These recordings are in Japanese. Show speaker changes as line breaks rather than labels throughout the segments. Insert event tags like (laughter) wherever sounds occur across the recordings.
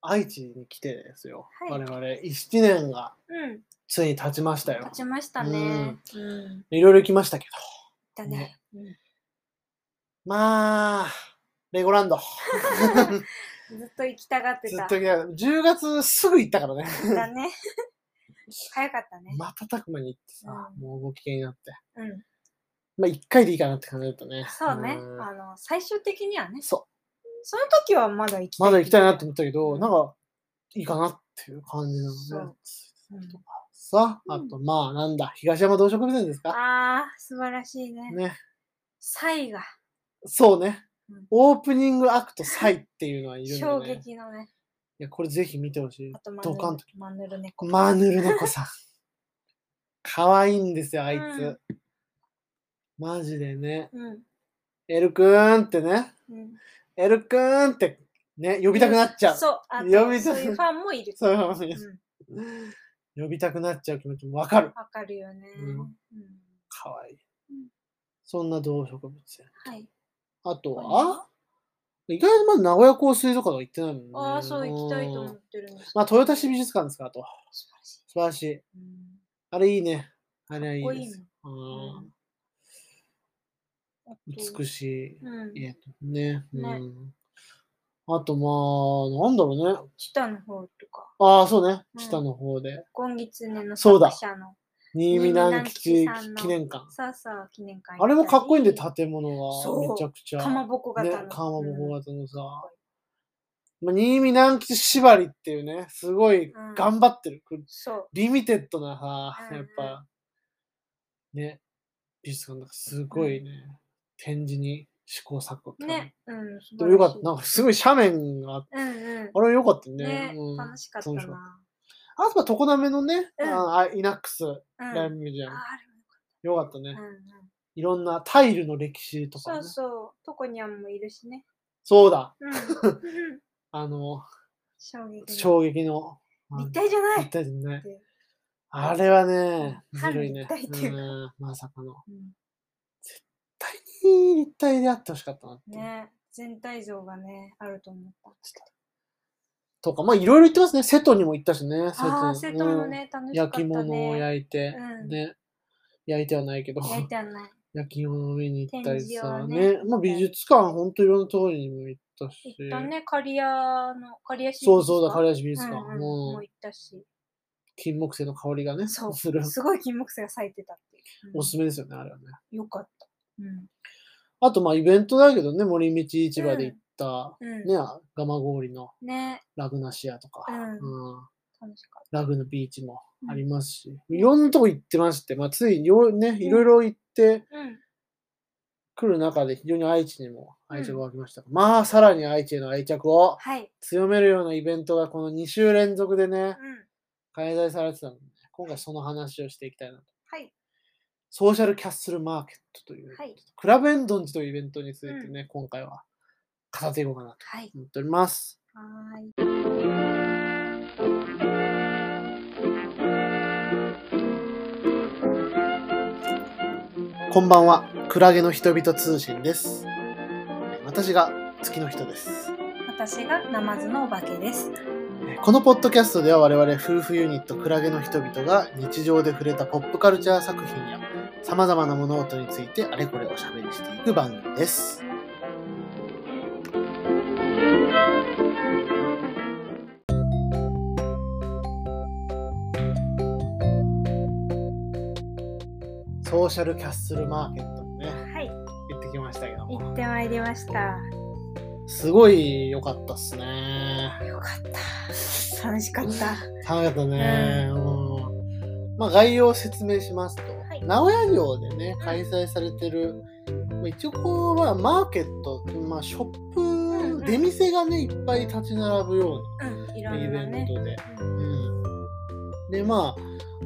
愛知に来てですよ、
はい
我々1年が
うん。
ついに経ちましたよ
立ちましたね。
うん。
いろいろ来ましたけど
だね。
まあレゴラ
(laughs)
ンド
ずっと行きたがって
ず
た
っ。と来た10月すぐ行ったからね
だね。 (laughs) 早かったね。
瞬く間に行ってさ、
うん
もう動き気になって
うん。
まあ1回でいいかなって感じだったね
そうね。
ん
あの、最終的にはね。
そう
その時はまだ行きたい。
まだ行きたいなって
思
思ったけど、なんか、いいかなっていう感じなのね。
そう
さ
う
あ、
ん
あと、まあ、なんだ、東山動植物園ですか
ああ、素晴らしいね。
ね。
サイが
そうね
うん。
オープニングアクトサイっていうのはいるん
衝
で、ね。
撃のね。
いや、これぜひ見てほしい
あ。とマ
ドカン
ヌ
と
ル、マヌル猫。
マヌルネコさん。 (laughs) かわいいんですよ、あいつ。
うん
マジでね。
うん。
エルくーんってね。
うん。
エルくーんって、ね、呼びたくなっちゃう。
そう。あと
呼びた
そういうファンもいる。
そういう (laughs) 話です
うん
呼びたくなっちゃう気持ちもわかる。
わかるよね。
うん
うん
かわいい
うん。
そんな動植物園。
はい。
あとは
他
意外にまだ名古屋港水族館は行ってないもんね。
ああ、そう、行きたいと思
う
っ
ん。
てるんです。
まあ、豊田市美術館ですか、あと。
素晴らしい。
素晴らしい。
うん
あれいいね。あれはい
かっこ
い
いい
です。
もん
うん美しい
うん。
家とね。う
ね
ん。あとまあ、なんだろうね。
チタの方とか、
ああ、そうね。
うん
下の方で。
ゴンギツネの
そうだ
作者の。
新見南吉
新見南吉さんの
記念館。
さあさあ記念館。
あれもかっこいいんで、
た。
建物
そう
は。めちゃくちゃ。
かまぼこ型の。
ね、かまぼこ型のさ、
う
まあ、新見南吉縛りっていうねすごい
うん
頑張ってる、く
そう。
リミテッドなさ、
うんうん
やっぱね美術館とかすごいね、展示に試行錯誤って感じ
ね。うん。素
で
晴
もよ
ら
か
し
っ
い
たなんかすごい斜面があって
うんうん。
あれよかったね
ね
うん、
楽しかった
楽しかっ
な。
たあとは常滑のね、
うん
ああイナックス
うん。
ライ
あ
ブミュージアム、
あ
よかったね、
れも。うんうん。
いろんなタイルの歴史とか、
そ
ね、
うそう。トコニャンもいるしね。
そうだ (laughs)
うんうん。
あの
衝撃の。
衝撃の、あ
立体じゃな
立
い。
体ですね
で。
あれはね、
うん
ずるいね。
半立体っていうか
うんまさかの。
うん
大体立体であってほしかったなっていう。
ね。全体像がね、あると思った。
とか、まあいろいろ言ってますね。瀬戸にも行ったしね。瀬
ああ、瀬戸もね、楽
うん
しかっ
焼
た
き
ね。
物を焼いて、
うん
ね。焼いてはないけど、
焼いてはない。
焼き物の上に行ったり
展示
さ、
を
ね
ね
まあ美術館、ほんといろんなところにも行ったし。
行ったね、刈谷の、刈谷市
そうそうだ、
谷
刈谷市美
美
術館。
うんうん、
も
も
う
う行ったし。
金木犀の香りがね、
そう
する。
すごい金木犀が咲いてたっていう。
(laughs)
うん
おすすめですよね、あれはね。
よかった。うん。
あと、まあイベントだけどね、森道市場で行った、
うん。
ね、蒲郡の
ね
ラグナシアとか、
うん
うん
楽しかっ
ラグのビーチも
うん
ありますし、いろんなとこ行ってまして、まあ、ついよ、ね、いろいろ行って
た。うん。
くる中で非常に愛知にも愛着が湧きましたが、まあさらに愛知への愛着を
はい。
強めるようなイベントがこの2週連続でね
うん。
開催されてたので、今回その話をしていきたいなと。
はい。
ソーシャルキャッスルマーケットという、
はい。
クラブエンドンジというイベントについてね、今回は語っていこうかなと
はい。
思っております。
はーい。
こんばんは、クラゲの人々通信です。私が月の人です。
私がナマズのお化けです。
このポッドキャストでは我々夫婦ユニットクラゲの人々が日常で触れたポップカルチャー作品や様々な物事についてあれこれおしゃべりしていく番組です。ソーシャルキャッスルマーケットもね、
はい。
行ってきましたけども
行ってまいりました。
すごい良かったっすね
よかった。楽しかった。
楽しかったね、うんまあ概要を説明しますと、
い
名古屋城でね開催されてる、まあ、一応こうはマーケット、まあ、ショップ、
ん
出店がねいっぱい立ち並ぶよ
うん。いう
な
ろ
ん
な
イベン
ね。
トで、
うん
うん、でま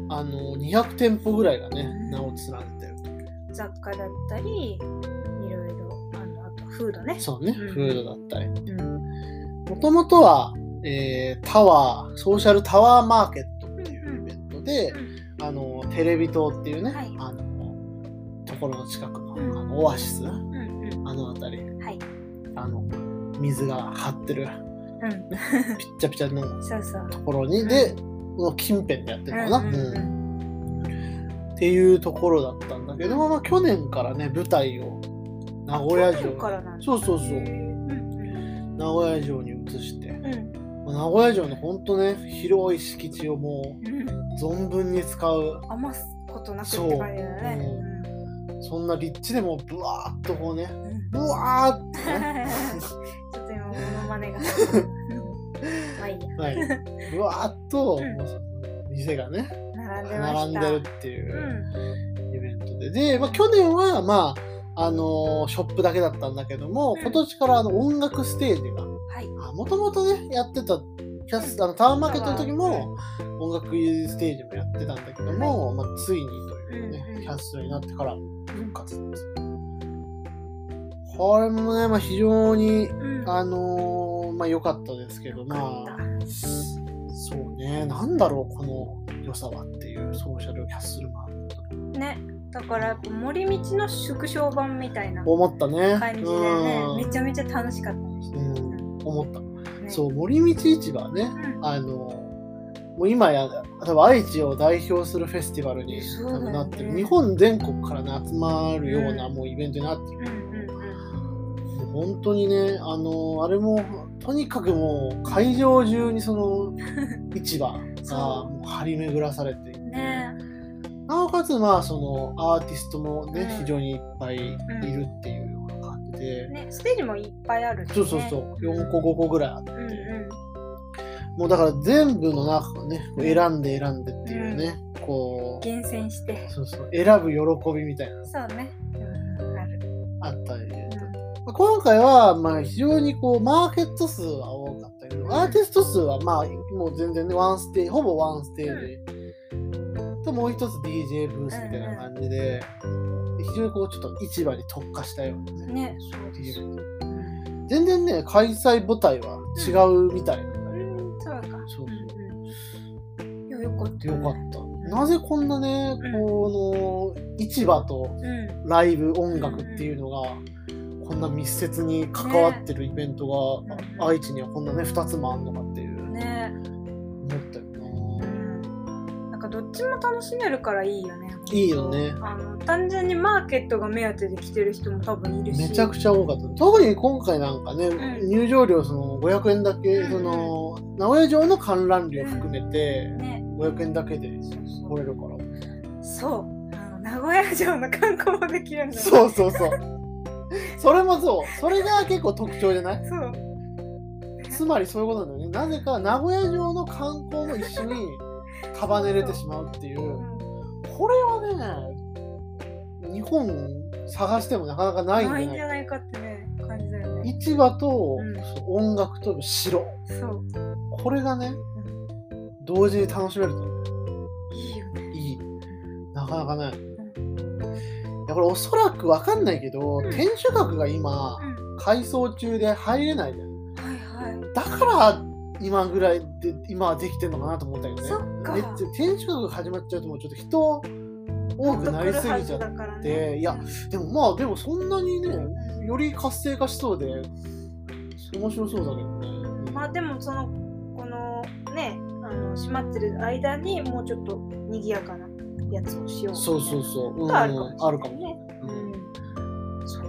ああの200店舗ぐらいがね名を連ねてる
雑貨だったり、いろいろ、あの、あとフードね。
そうね、
うん
フードだったり
うん。
もともとは、えータワー、ソーシャルタワーマーケットっていうイベントで、
うん
あのテレビ塔っていうね、
はい
あのところの近くの,、
うん
あのオアシス、あ
うんうん。
の辺り、
はい。
あの水が張ってる
うん。
ピッチャピチャの
そうそう。
ところに、で、この近辺でやってるのかな、
うんうんう
うん
ん
っていうところだったんだけども、まあ、去年からね、舞台を名古屋
去
城
年からなんだ
そうそうそう
へーうん
名古屋城に移して、
うんうん
まあ名古屋城のほんとね、広い敷地をも
うん。
う存分に使う、
余すことなくって感じだね。
そうそんな立地でもうブワーっとこうね、
うんうん
ブワーっとね、
(laughs) ちょっと今モノマネが。まあいい
(laughs)
や。
はい、ブワーっと、
うん
もう店がね、
並んでました。
並んでるっていうう。
ん。
イベントで。で、まあ、去年は、まあ、あのーショップだけだったんだけども、
うん
今年からあの音楽ステージが、
はい。
もともとね、やってたキャス、あのタワーマーケットの時も、音楽ステージもやってたんだけども、まあ、ついにというね
うんう、ん
キャストになってから復活です。これもね、まあ、非常に、
うん。
あのーまあ、良かったですけど、まあ、そうね、なんだろう、この良さはっていう、ソーシャルキャッスルマン。
ね。だから森道の縮小版みたいな
思ったね。
感じでね
うん、
めちゃめちゃ楽しかったね。
うん、思った、
ね
そう森道市場はね
うん。
あのもう今や多分愛知を代表するフェスティバルに
そう
多
だよね
分なってる、日本全国からね集まるような
う
もうイベントになってる、
うんうん
もう本当にねあのあれもとにかくもう会場中にそ
(laughs)
の市場
そ
が
う
もう張り巡らされていて
うん。ね。
なおかつまあそのアーティストもね、
うん
非常にいっぱいいるっていうような感じで、
ね、ステージもいっぱいあるしね。
そうそうそう4個5個ぐらいあって
うんうん。
もうだから全部の中をね、こう選んで選んでっていうね、こう、
厳選して。
そうそう、選ぶ喜びみたいなの
そうね。うん、ある。
があったり、まあ今回は、まあ非常にこう、マーケット数は多かったけど、アーティスト数はまあ、もう全然ね、ワンステージ、ほぼワンステージ。と、もう一つ DJ ブースみたいな感じで、非常にこう、ちょっと市場に特化したような
う
ね。
ん、ね、そうです。うん
全然ね、開催母体は違うみたいなんだね。
そうか。
そうそう
うんうん。いや、よかった。
よかった。なぜこんなね、
うん
この市場と
うん。
ライブ音楽っていうのが、こんな密接に関わってるイベントが、
ね
あ愛知にはこんなね2つもあんのかっていう
ね。
思ったよ
う
な、
ん。なんかどっちも楽しめるからいいよね。
いいよね
あの単純にマーケットが目当てで来てる人も多分いるし。
めちゃくちゃ多かった特に今回なんかね、
うん
入場料その500円だけ、
うん
その名古屋城の観覧料含めて
ね。
500円だけで
そうそ
来れ
う。
るから、
そう。あの名古屋城の観光もできるんだよ。
そうそうそうそれもそうそれが結構特徴じゃない
そう。
つまりそういうことなんだよねなぜか名古屋城の観光も一緒に束ねれてしまうっていううんこれはね、日本探してもなかなかないんじゃ
ないん
ない
じゃないかってね感じだよね。
市場と、
うん
そう音楽と城。
そう。
これがね、
ん
同時に楽しめると
いいよね。
いい。なかなかない。いやこれおそらくわかんないけど、
うん
天守閣が今
う、ん。
改装中で入れないじゃん。
はいはい。
だから、今ぐらいで、今はできてんのかなと思ったけどね。
そっか
めっちゃ天守閣が始まっちゃうともうちょっと人多くなりすぎちゃって。
って
いやでもまあでもそんなにねより活性化しそうで面白そうだけどね。
まあでもそのこのねあの閉まってる間にもうちょっと賑やかなやつをしよう
そうそうそう。うん、
あるかもしれない
あるかもね。
うん、そっ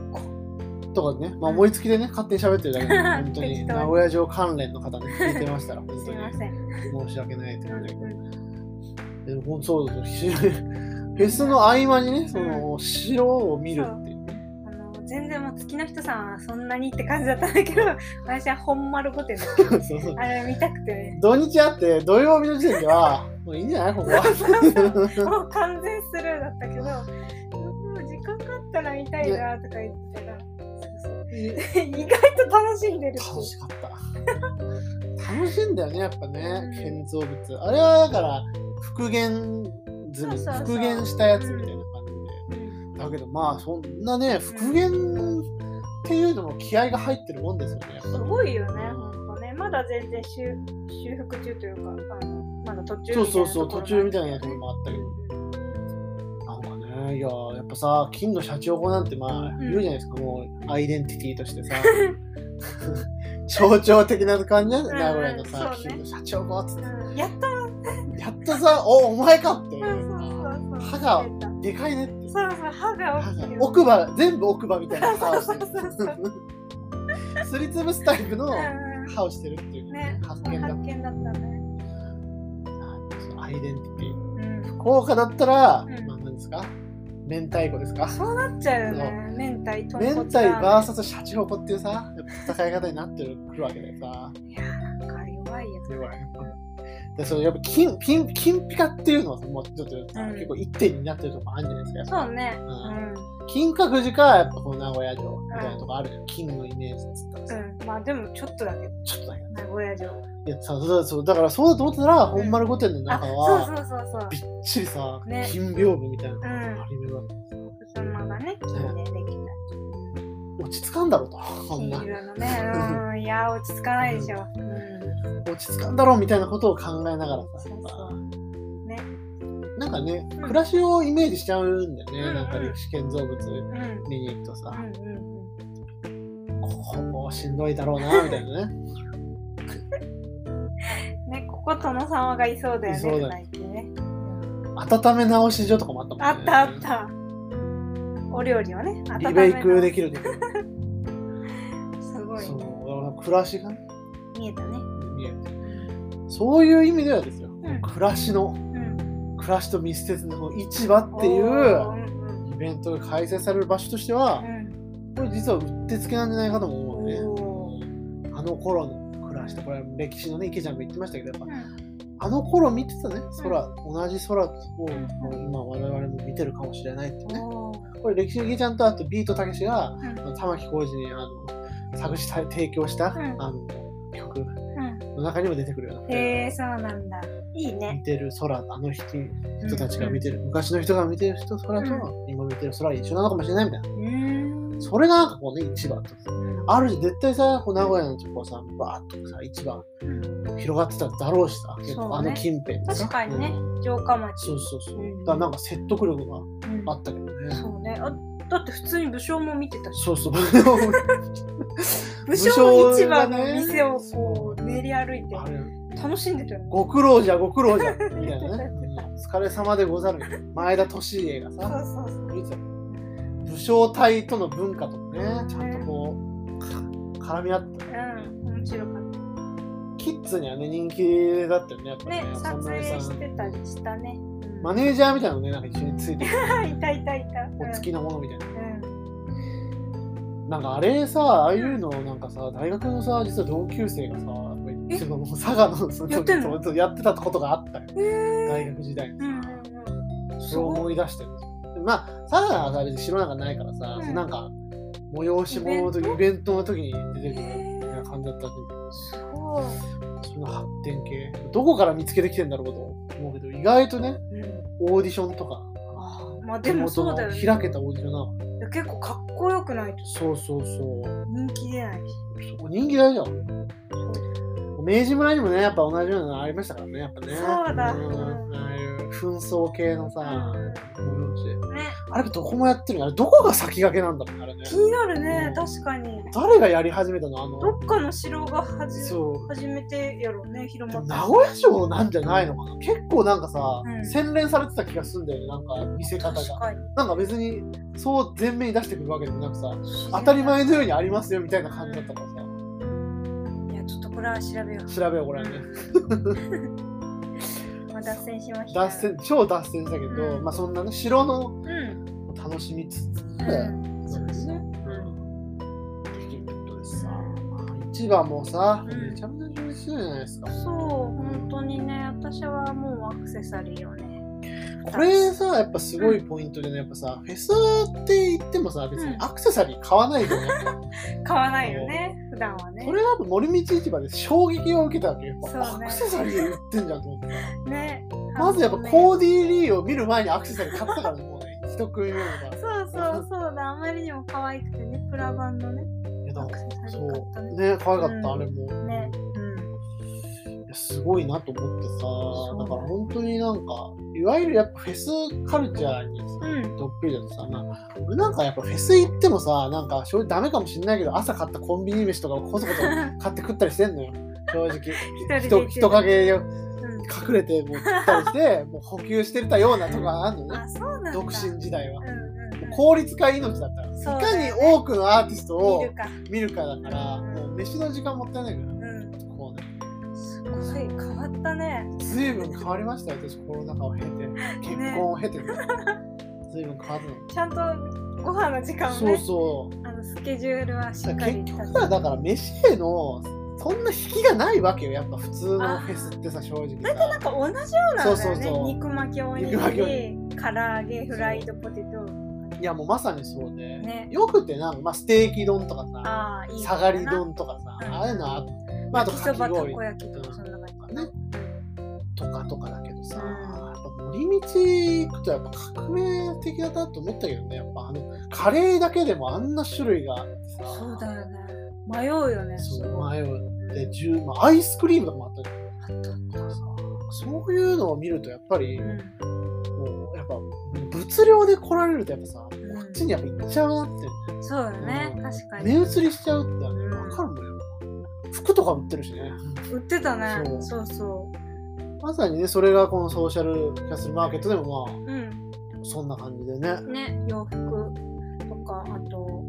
か
とかね、まあ、思いつきでね、勝手に喋ってるだ
(laughs)
けなんで、本当に
適当
名古屋城関連の方ね、聞いてましたら、本
(laughs) す
当
いません、
に申し訳ないと思うんだけど
うん
でもほんそうそう (laughs) 非常にフェスの合間にね、その城を見るっていう。
あの全然もう月の人さんはそんなにって感じだったんだけど私は本丸御殿だった
(laughs) そうそう
あれ見たくてね
土日あって、土曜日の時点で (laughs) は、もういいんじゃないここは。 (laughs)
もう完全スルーだったけどもう時間があったら見たいなとか言ってたら、そうそう意外と楽しんでるっていう
楽しかった。楽しいんだよね、やっぱね、
うん
建造物。あれはだから、復元済み、
そうそうそう
復元したやつみたいな感じ
うん
で。だけどまあ、そんなね、復元っていうのも気合が入ってるもんですよね、やっぱ
す
り。
ごいよね、ほんとね。まだ全然修修復中というか、あのまだ途中みたいな
そうそうそう、
と
途
ころ
中みたい
んだ
な
よ
とこ
ね
ろもあったけど。なんかね、いや、やっぱさ、金のシャチホコなんてまあ、
ん (laughs)
言うじゃないですか、もう、アイデンティティとしてさ。象徴的な感じなんだよ、名古屋の
うん
さ、
そうね
旧の社長が、つっ
うんやっと
てやっとさ、お、お前かってい
そうそう
う。
そう
歯がでかいねって。
そうそう歯が
歯
大きい
が
よ
奥歯、全部奥歯みたいな歯をして
そうそうそう
る。すりつぶすタイプの
うん
歯をしてるっていう
ね
発見だ
発
っ
見だったね
た。アイデンティティ。
うん
福岡だったら、
うん
まあ何ですか明太子ですか
そうなっちゃうよね明太豚
明
骨
太
ラーメン
VS シャチホコっていうさ、やっぱ戦い方になってるくるわけでさ、
いやーなんか弱いやつ
弱いでそれやっぱ金金金ピカっていうのはもうちょっと、
うん
結構一点になってるとこあるんじゃないですか。
そうね
う、
うんん
金閣寺か、やっぱこの名古屋城みたいなとこあるじゃん。金のイメージっつったらさ、
うんまあでもちょっとだけど
ちょっとだけど。
名古屋城
いやさそうそうだからそうだと思ってたら、本丸御殿の
あ
中は、
そうそうそうそう
びっちりさ、
ね
金屏風みたいなのが
うん
張り巡らされて
そのままね金ででき
落ち着かんだろうと、
た
こん
金
な。
色のねうんいやー落ち着かないでしょうん
落ち着かんだろうみたいなことを考えながらさ、
そうそね
なんかね、
ん
暮らしをイメージしちゃうんだよね、
うんうん
なんか歴史建造物
うんうん
見に行くとさ、
うんうん
ここもしんどいだろうなみたいなね (laughs)
ね、ここ殿様がいそうだよね。
いそうだよ
最近ね。
温め直し所とかもあったもんね
あったあった。お料理をね、温め
リベイクで
き
きるとか、
すごい
そ
ね。
の暮らしがね
見えたね。
見えてそういう意味ではですよ、
ん
暮らしの
うん。
暮らしと密接なこの市場ってい
おーう
うんイベントが開催される場所としては、
うん
これ実はうってつけなんじゃないかとも思うね
お
あの頃の暮らしとこれは歴史のね池ちゃんも言ってましたけどやっぱ
うん
あの頃見てたね空、同じ空を今我々も見てるかもしれないってね
おー
これ歴史の池ちゃんとあとビートたけしが、
うん
あの玉置浩二にあの作詞提供した、
ん
あの曲
う。
の中にも出てくるようなん
へえ、そうなんだ。いいね。
見てる空あの人人たちが見てる、昔の人が見てる人空と今見てる空は一緒なのかもしれないみたいな、
うん。
それがなんかこうね一番とあるじゃん絶対さこう名古屋のとこさバーッとさ一番
うん
広がってただろうしさ、結構
そ
あ
うね
の近辺さ
確かにね
うん、
城下町。
そうそうそう、
うん
だからなんか説得力が
うん
あったけどね。
そうね。あだって普通に武将も見てたし。
そうそう。 (laughs)
武将市場
武将がね
の店をこう練り歩いて
あれ、
楽しんでるよね。
ご苦労じゃ、ご苦労
(laughs)
じゃ、みたいなね。うん疲れ様でござる。前田利家が
そう
さ、
そうそう。
言ってた武将隊との文化とかね、ちゃんとこう、か絡み合った。
うん。面白かった。
キッズにはね、人気だったよね、やっぱ
ね
ね。、お
撮
侍
影してたりしたね。
マネージャーみたいなのね、なんか一緒につい
(laughs)
てくる、
いたいたいた。
お付きのものみたいな。
うん。
なんかあれさ、ああいうのなんかさ、大学のさ、実は同級生がさ、やっぱり
え
そのもう佐賀の (laughs) そ
やってんの
そうやってたことがあったよ、
へ
大学時代に
うんうん
さ、
うん。
それを思い出してるんですよ。でまあ、佐賀はあれで城なんかないからさ、
うん
なんか催し物の時、イベントの時に出てくるみたいな感じだったん
すごい。
で、その発展系、どこから見つけてきてんだろうと思うけど、意外とね、オーディションとか、
ああ、まあでもそうだよね。
地元の開けたオーディションなの。
いや結構かっこよくないと
そうそうそう。
人気出ないし。
そこ人気大事だよ。明治村にもね、やっぱ同じようなのありましたからね、やっぱね。
そうだ
んああいう紛争系のさ、
う
催し
んね、
あれどこもやってるのあれどこが先駆けなんだろうね、あれね
気。になるね、確かに。
誰がやり始めたのあ
ど
の、
っかの城がはじ
そう。
初めてやろうね、広
で
ま
も
っ
名
た。
古屋城なんじゃないのかな結構なんかさ、
うん
洗練されてた気がするんだよね、なんか見せ方
確
が。
かに。
なんか別に、そう前面に出してくるわけでもなくさ、当たり前のようにありますよみたいな感じだったからさ。
いや、ちょっとこれは調べよう。
調べよう、これはね。
まあ (laughs) 脱線しました。
脱。線、超脱線したけど、
うん
まあそんなね、城の
うん。
楽しみつつ、
うん。そうですね。
できるってことですさ、まあ、市場もさ、
うん
めちゃめちゃ充実してるじゃないですか。
そう、本当にね、私はもうアクセサリーをね。
これさ、やっぱすごいポイントでね、やっぱさ、フェスって言ってもさ、別に
うん
アクセサリー買わないじゃん。やっぱ
買わないよね、普段はね
こ。れはやっぱ森道市場で衝撃を受けたわけよ。やっぱ
そうね
アクセサリー売ってんじゃんと思って。
ね。
まずやっぱコーディリーを見る前にアクセサリー買ったからね、もうね、一組目のさ。
そうそうそうだ、あまりにも可愛くてね、プラ版のね、
いやだ
ア
か
ク
ら
セサリ
そ
ー買った
う。
ね。
ね、可愛かった、
うん
あれも。
ね。
いやすごいなと思ってさ、
う
だから本当になんか、いわゆるやっぱフェスカルチャーにさ
うん
どっぷりだとさ、まあ、俺なんかやっぱフェス行ってもさ、なんか正直ダメかもしんないけど、朝買ったコンビニ飯とかをこそこそ買って食ったりしてんのよ、正直。
一人で行って
人
る
人影よ
う
隠れてもう食ったり
(laughs)
して、もう補給してたようなとかあんの
ん、
ね、
(laughs) あそうなんだ
独身時代は。
うんうんうん
効率化命だったら、い
そう
か
だ
に
よね
多くのアーティスト
見
を
るか
見るかだから、もう飯の時間もったいないから、
うん
こうね、
すごい変わったね
ずいぶん変わりましたよ、私、コロナ禍を経て、結婚を経
(laughs)
てね、ずいぶん変わったの。
ちゃんとご飯の時間を
そう
ね
そう。
あのスケジュールはしっかり
結
立て
局はだから飯へのそんな引きがないわけよやっぱ普通のフェスってさ正直
な
さ
んか同じようなんだよね
そうそうそう
肉巻きおにぎり
肉巻きおに
唐揚げフライドポテト
いやもうまさにそうで、
ね
よくってなんか、まあ、ステーキ丼とかさ
ああいい
下がり
の
丼とかさ
うん
ああいうのあ,、まあ、あと
き
か
そ
き
ばた
氷
こ焼きとかそんな感じかな、
ねとかとかだけどさ、
うん
やっぱ森道行くとやっぱ革命的だなと思ったけどねやっぱあのカレーだけでもあんな種類があってさ
そうだよね迷うよね
そ
す
う
ごい
迷うで十まあアイスクリームとかもあったりとかさそういうのを見るとやっぱり、
うん
もうやっぱ物量で来られるとやっぱさ、
ん
こっちにやっぱ行っちゃうなって
そうだね、
うん
確かに
目移りしちゃうって
うん
分かるのよ、服とか売ってるしね
売ってたね
そう
そうそ
まさにねそれがこのソーシャルキャッスルマーケットでもま
ううん
あそんな感じでね
ね洋服とかあと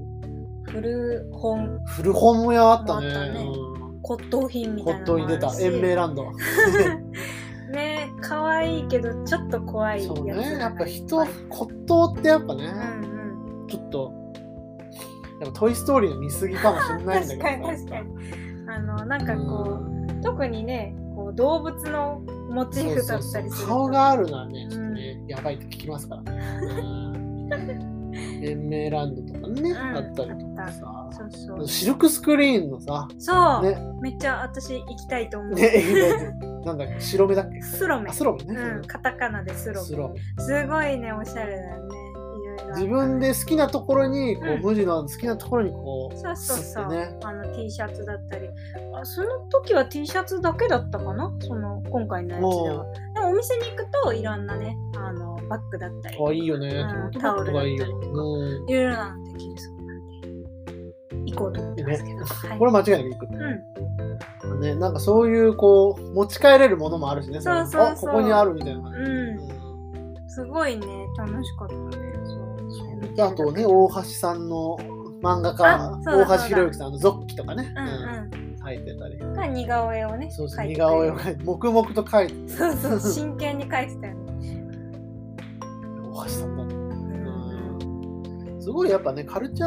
古本
古本もやあったね
あったね
うん
骨董品みたい
骨董
なのも
に出
ある
た
し
延命ランド
ね可愛いけどちょっと怖いやつ
そうねやっぱ人
う
骨董ってやっぱね、
ん
ちょっとやっぱトイ・ストーリーの見過ぎかもしれ
うん
ないんだけ
確
ど
かに確かにあのなんかこ
うん
う特にねこう動物のモチーフだったりすると
顔があるのはねちょっとね、やばいって聞きますから
(laughs)
ね延命ランドとかね、
うん
あったりとか
あ
さ
ったそうそう
シルクスクリーンのさ
そう、
ね
めっちゃ私行きたいと思う、
ね (laughs) なんだっけ白目だっけ
スロメ
あスロムね、
うん、カタカナでスロ
ス
す
ロム
ごいねおしゃれだよねいろいろあった
自分で好きなところにこう、
うん
無地の好きなところにこう
そうそうそう、
吸ってね
あの T シャツだったりあその時は T シャツだけだったかなその今回のやつでは
も
でもお店に行くといろんなねあのバッグだったり
うあいいよね、
う
ト
ん
マトがいいよ
タオルだったりと、
うん、
いろいろなのできるそうなんで行こうと思ってますけど、はい
これ間違いなくいく、
うん
ねなんかそういうこう持ち帰れるものもあるしね
そうそう
のあ
そう
ここにあるみたいな感じ、
うん
うん
すごいね楽しかったねそう
であとね大橋さんの漫画家
あそう
大
だ
橋博之さんの「ゾッキ」とかね、
うん
うん書いてたり
うんが似顔絵をね
そうそう
描い
似
てくれる
顔絵を描いて黙々と描いて
そうそう真剣に描いてたよね、
大橋さんだった、
うん
うんすごいやっぱねカルチャー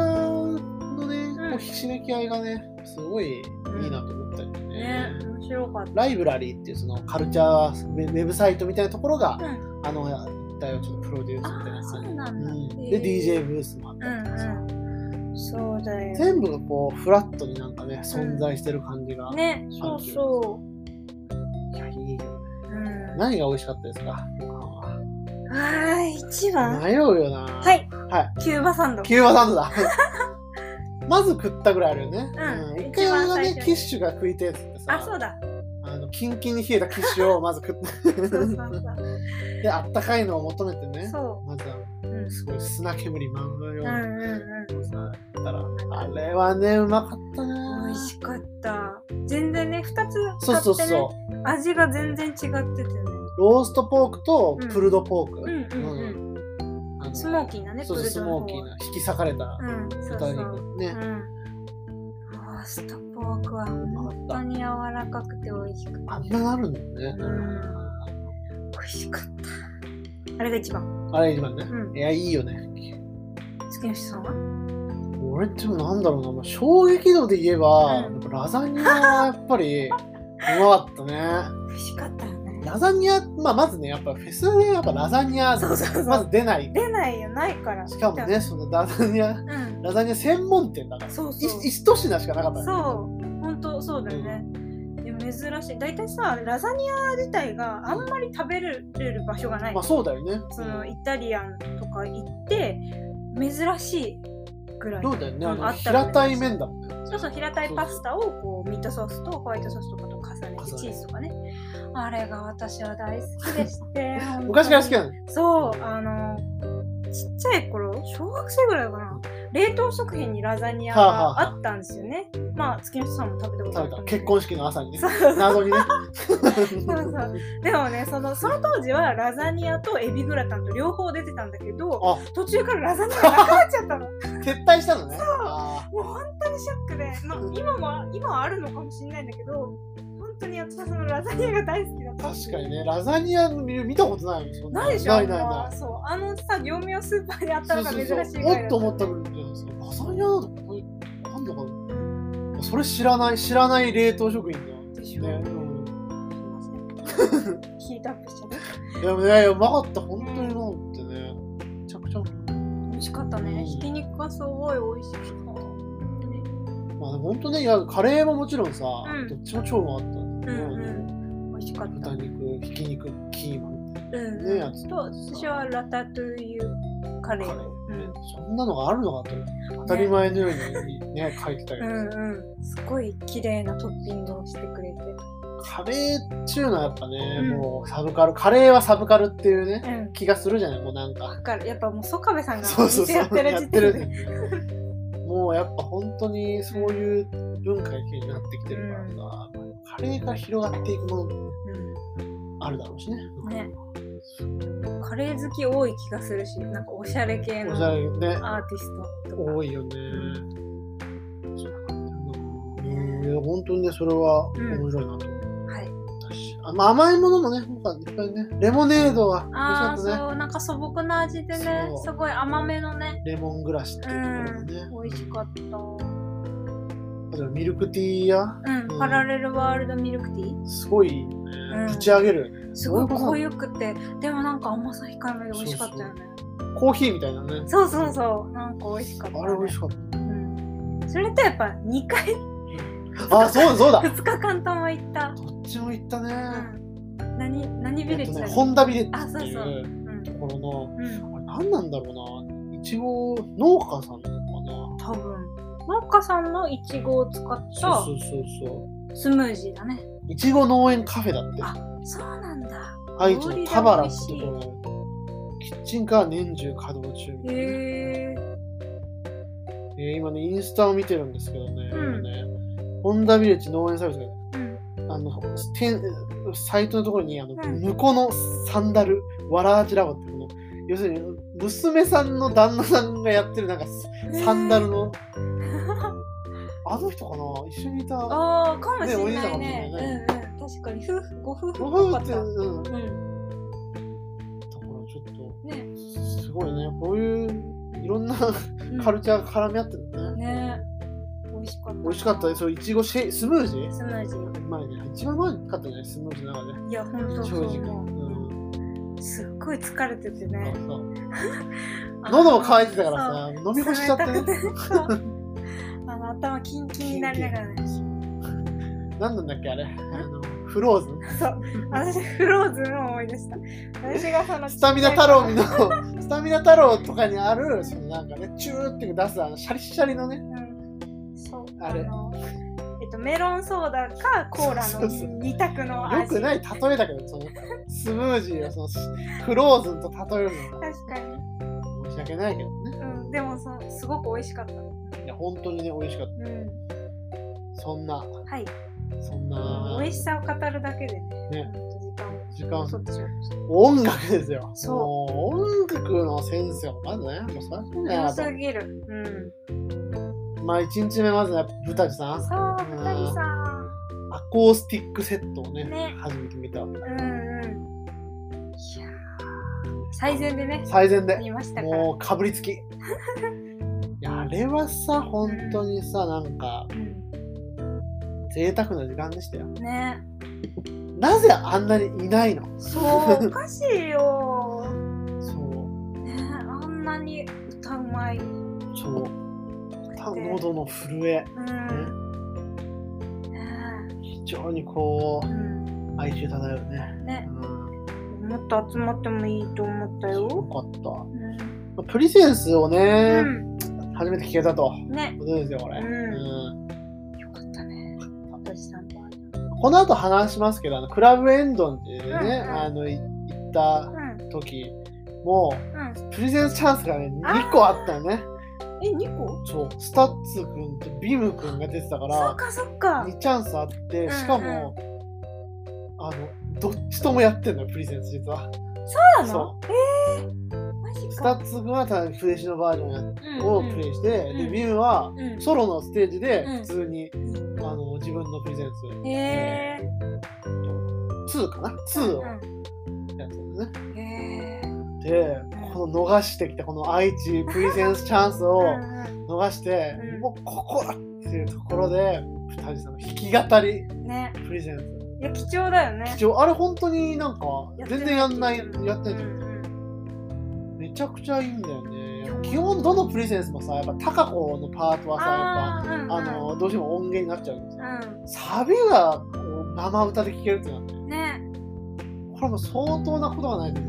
のね、
ん
こうひしめき合いがねすごいいいなと思ったりね,、
ね面白かっ
ライブラリーっていうそのカルチャーウェウェブサイトみたいなところが、
た、うん、
あの一体をちょっとプロデュースみたい
あ
な
あそ
感
う
じ、
なんだ、
うんで DJ ブースもあっ
う
たりとかさ、
んうんそうだよ
全部がこうフラットになんかね存在してる感じが、
ねそうそ
いやいいよ
う、うん、
何が美味しかったですか横浜は
あー一番
迷うよなは
はい
はい
キューバサンド
キューバサンドだまず食ったぐらいあるよね、
うん
一回俺が
一番最初
ね
に
キッシュが食いてえっつってさ
あそうだ
あのキンキンに冷えたキッシュをまず食
そうそうそ
って
う
であったかいのを求めてね
そ
まずは
ううん
すごい砂煙まんまよ
うんうんうん
うにさやったらあれはねうまかったな
美味しかった全然ね二つ買って、ね、
そうそうそう
味が全然違っててね
ローストポークと
うん
プルドポーク、
うんうんうん
あの
スモーキーなね
そうそうスモーキーな引き裂かれた
うんそうそ
豚
う
肉ね、
うんローストポークは本当に柔らかくて美味しくて
あんななるんだね。
うん美味しかったあれが一番
あれ一番ね。
うん
いや、いいよね。
好きな人さんは
俺ってもなんだろうな、まあ、衝撃度で言えば、
う
や
ん
っぱラザニアはやっぱりうまかったね。
美味しかったよね
ラザニア、まあ、まずね、やっぱフェスでやっぱラザニア、
そうそうそう
まず出ない。
出ないよないから
しかもね、そのラザニア、
うん
ラザニア専門店だから、
そう
い
そう
一品しかなかった
そう
ね。
本当そうだよね、でも珍しい大体さラザニア自体があんまり食べれる場所がない、
まあそうだよね。
そのイタリアンとか行って珍しいぐらい
どうだよね、あ
うんあ
の
ったら
平たい麺だもんね。
そうそう平たいパスタをこうミートソースとホワイトソースとかと重ね
重ね
て
て
チーズとかねあれが私は大好き
(laughs)
でして。
昔から好き
な
なの。
そう、あの、ちっちゃい頃、小学生ぐらいかな。冷凍食品にラザニア
はあは
が
あ
あったんですよね。まあ、月の人さんも食べた
食
ことある
べ
と
た
思う
結婚式の朝にね
そう。そう (laughs)
謎にね。
そうでもねそのその当時はラザニアとエビグラタンと両方出てたんだけど
(laughs) あ
途中からラザニアがなくなっちゃったの (laughs) も
撤退したのね。あ
う本当にショックで、まあ、今も今はあるのかもしれないんだけど本当に私はそのラザニアが大好きだった
ー確かにね、ラザニアの見たことないよそん
ないでしょ
ないない
ま
な
あ
い。
そうあのさ業務用スーパーであっ
そ
たの
う
が
そ
珍
う
しい
そ
ぐ
う
らいだ
おっと思ったぐらいですよ。ラザニアだとこれ、なんだかな。それ知らない、知らない冷凍食品だよ。
でしょ
ね、うん。
すいません (laughs) ヒートアップしちゃっ
いやね、うまかった、本当になんてね。めちゃくちゃうまかった
美味しかったねひき肉がすごい美味しかった
まあ、本当ね、いや、カレーももちろんさ、
ん
どっちも超うまかったんだ
う
けど
ん
ね。
うん美味しかった
豚肉、ひき肉、キーマン
うん
ねやつ
と私はラタトゥイユカレ
カレ
ー
ー、
うん
ねそんなのがあるのかと思って当たり前のようにね、書いてたけど、
うんうんすごい綺麗なトッピングをしてくれて
カレーっていうのはやっぱね、
うん
もうサブカル、カレーはサブカルっていうね、
うん
気がするじゃない、もうなんか。
だからやっぱもうソカベさんが
そうそうそう、
やってる
や
時
っ
点
て
で
るんだよね。もうやっぱ本当にそういう文化になってきてるからさ、カレーが広がっていくものあるだろうしね。
うんねカレー好き多い気がするしなんかおしゃれ系
おしゃ
の
れね、
アーティストとか
多いよね。うん、いや本当にね、それは面白いなと思っ
はい
たし、あまあ甘いものもね、僕はいっぱいね、レモネードは美味
ああ
しかったね。
そうなんか素朴な味でね
そう
すごい甘めのね
レモングラスって
う
いうところも
ん
ね、
美味しかった
あとミルクティーや、
うんパラレルワールドミルクティー
すごいね、
うん
ぶち上げる、
すごい濃ゆくてでもなんか甘さ控えめで美味しかったよね
コーヒーみたいなね。
そうそうそうなんか美味しかった、ね、
あれ美味しかっ
うんそれとやっぱ2回
た。あ、そうだそうだ。
2日間とも行った、
どっちも行ったね。
うん、何何ビ
え
レッ
っと
ジだ
ね、
っけ
ホンダビレッ
あ
ジ
そ
っ
う
て
そう
いう
うん
ところ
うん
の、あれ何なんだろうな、いちご農家さんなのかな。
多分農家さんのいちごを使っ
そう
た
そうそうそう。
スムージーだね
いちご農園カフェだって。
あそうなんだ
愛知の田原って
料
と
理で美
ころ。キッチンカー年中稼働中。
へえ
えー今ね、インスタを見てるんですけどね、
うん
ねホンダビレッジ農園サービス
うん
が、あの、店サイトのところに、あの、
うん
向こうのサンダル、ワラージラボってこの、要するに、娘さんの旦那さんがやってる、なんか、サンダル
(laughs)
の、あの人かな一緒にいた。
ああかもしれないね
ねお兄
うんうん確かに夫婦ご夫婦っ
ご
ぽ
夫婦
か
っ、
ってた
うん。だか
うん
らちょっと、
ね
すごいね、こういういろんなカルチャーが絡み合ってるね。
ね美味しかった
美味しかったですすよ、いちごシェイスムージー
スムージー
うまいね。一番うまかったね、スムージーの中で。
いや本当
正
そう
直。う
思
ん
うすっごい疲れててね
そう喉が渇いてたから
そう
さ、飲み干しちゃって
冷
ね。
たくてあの頭キンキンになりながらね
何なんだっけ、あれ。あ (laughs) のフローズン
私フローズンを思い出した私がその
スタミナ太郎の、スタミナ太郎とかにある、そのなんかね、チューっていう出す、あのシャリシャリのね、
うんそう
あれ
のえっとメロンソーダかコーラ
そう
の
そうそう
二択の味
よくない例えだけど、そのスムージーをそのフローズンと例えるの
確かに、
は申し訳ないけどね。
うん、でもそうすごく美味しかったう
いや、本当にね、美味しかっ
ん
た。そんな、
はい
そんな
美味しさを語るだけでね
ね
時間
時
を
間
取ってしまいました
音楽ですよ。
そう
もう音楽のセンスがまずね、もう最高だ
良
なと
す。ぎるうん
まあ1日目まずはブタジさん、
さあ二人さん
アコースティックセットをね、
ね
初めて見た。
うんうんいやー最善でね
最善で、
見ましたから
もうかぶり
(laughs)
つき。いや、あれはさ、本当にさ、なんか
うん
贅沢な時間でしたよ。
ね
なぜあんなにいないの
そうおかしいよ
そう、
ねあんなに歌うまいうん
そう。た喉の震え、
ね
非常にこ
う
う、
ん
哀愁漂うね。
ね
うん、
もっと集まってもいいと思った
よ
よ
かった
うん、
まあ。プリセンスをね、
う
初めて聞けたと。
ん、ね
ことですよ、これ。
う
う
ん
ん。
よかったね私さんと会えて
この後話しますけど、あのクラブエンドンっていうね、
うんうん
あの、い行った
うん
時も、
うん
プレゼンスチャンスがね、2個あったよね。
え二個
そう、スタッツ君とビム君が出てたか
そ
ら
っ、かそっか
2チャンスあって、
ん
しかも、あの、どっちともやってんのよ、プレゼンス実は。
そうなの
そ
マジ
う。スタ
か
ッツ君はただフレッシュのバージョンやっ
うん
をプレイして、
うん
で、ビムは
うん
ソロのステージで
うん
普通に、あの自分のプレゼン
うんへえ
ス2かな2をや
う
ったんだね。
んへえ
で、この逃してきたこの愛知プレゼンスチャンス
う
を
んう
逃して
うん、
もうここだっていうところで、二人さんの弾き語り
んね
プレゼンス。
いや貴重だよね
貴重あれ本当になんか全然やんない、やって
う
ない。
ん
めちゃくちゃいいんだよね。基本どのプレゼンスもさ、やっぱタカコのパートはさ、やっ
あーうん
ぱ、あの、どうしても音源になっちゃうんですよ。
う
サビがこう生歌で聴けるっていうのはね、
んね
これも相当なことがないと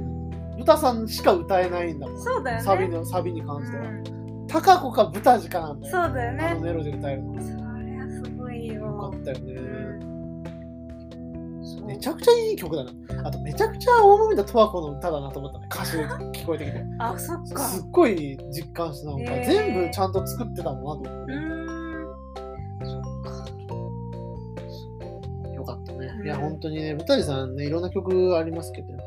歌さんしか歌えないんだもん、
そうだよね
サビのサビに関しては。
うん
タカコかブタジかなんだ
そう
よ、
だよ
あの
ね
メロディー歌えるの。よ
そりゃすごい
か
よ
ったよね
う。んそう
めちゃくちゃいい曲だな。あとめちゃくちゃ大森田十和子の歌だなと思ったね、歌詞で聞こえてきて。
あそっか
すっごい実感したなんか、
へー
全部ちゃんと作ってたもんなと思っ
う
て、
んそっか
よかったね。
うん
いや、本当にね、ブタジさんね、いろんな曲ありますけど、
う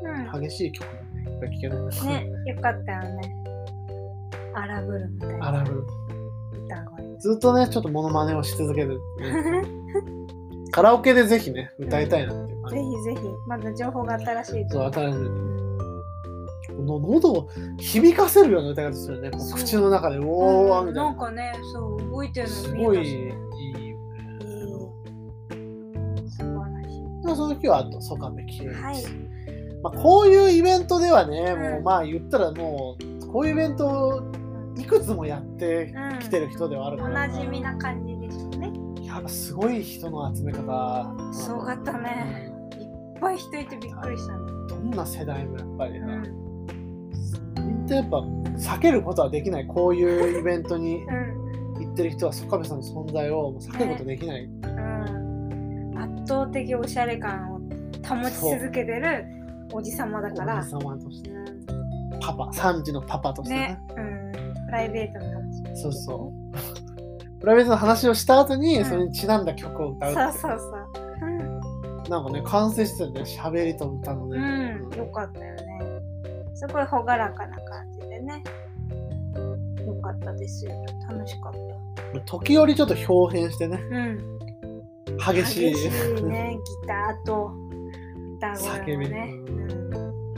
激しい曲もねいっぱい聴けるんです
んねよかったよね荒ぶるみたい
あ
な
らぶる。
歌声
ずっとね、ちょっとモノマネをし続ける。 (laughs) カラオケでぜひね、歌いたいなっていう感
ぜ
じ。
ひぜひまだ情報が新しい
そう、当たる。この喉を響かせるような歌い方するよね。こう
そう
口の中で、うおー、
う
み
ん
た
ないんかねそう動いて
な。
る
す
の
ご
見え
い
たし
いい
ね
よね。
いい素晴らしい
まあ、その日は、あと、ソカベキ
はい
まあ、こういうイベントではね、も
う
うんまあ言ったらもう、こういうイベントをいくつもやって
うん
きてる人ではあるか
お
ら、
なじみな感じでしたね
やっぱすごい人の集め方。
すごかったねいっぱい人いてびっくりしたね
どんな世代もやっぱり
う
な。
ん
みんなやっぱ避けることはできないこういうイベントに
うん
行ってる人は坂部さんの存在をもう避けることできない、
うん圧倒的おしゃれ感を保ち続けてるおじさまだか
お
ら
じさまとして
うん
パパ3時のパパとしてね
ね、うん、プライベートの話。
そうそうプライベートの話をした後に、
うん
それにちなんだ曲を歌うってい
そううそうそう。
なんかね完成してるね喋りと歌の
う
ね、
ん、うん、よかったよね。すごい朗らかな感じでね。よかったですよ。楽しかった。
時折ちょっと表変してね
うん、
激しい
激しいね、ギターと歌声もね。
叫び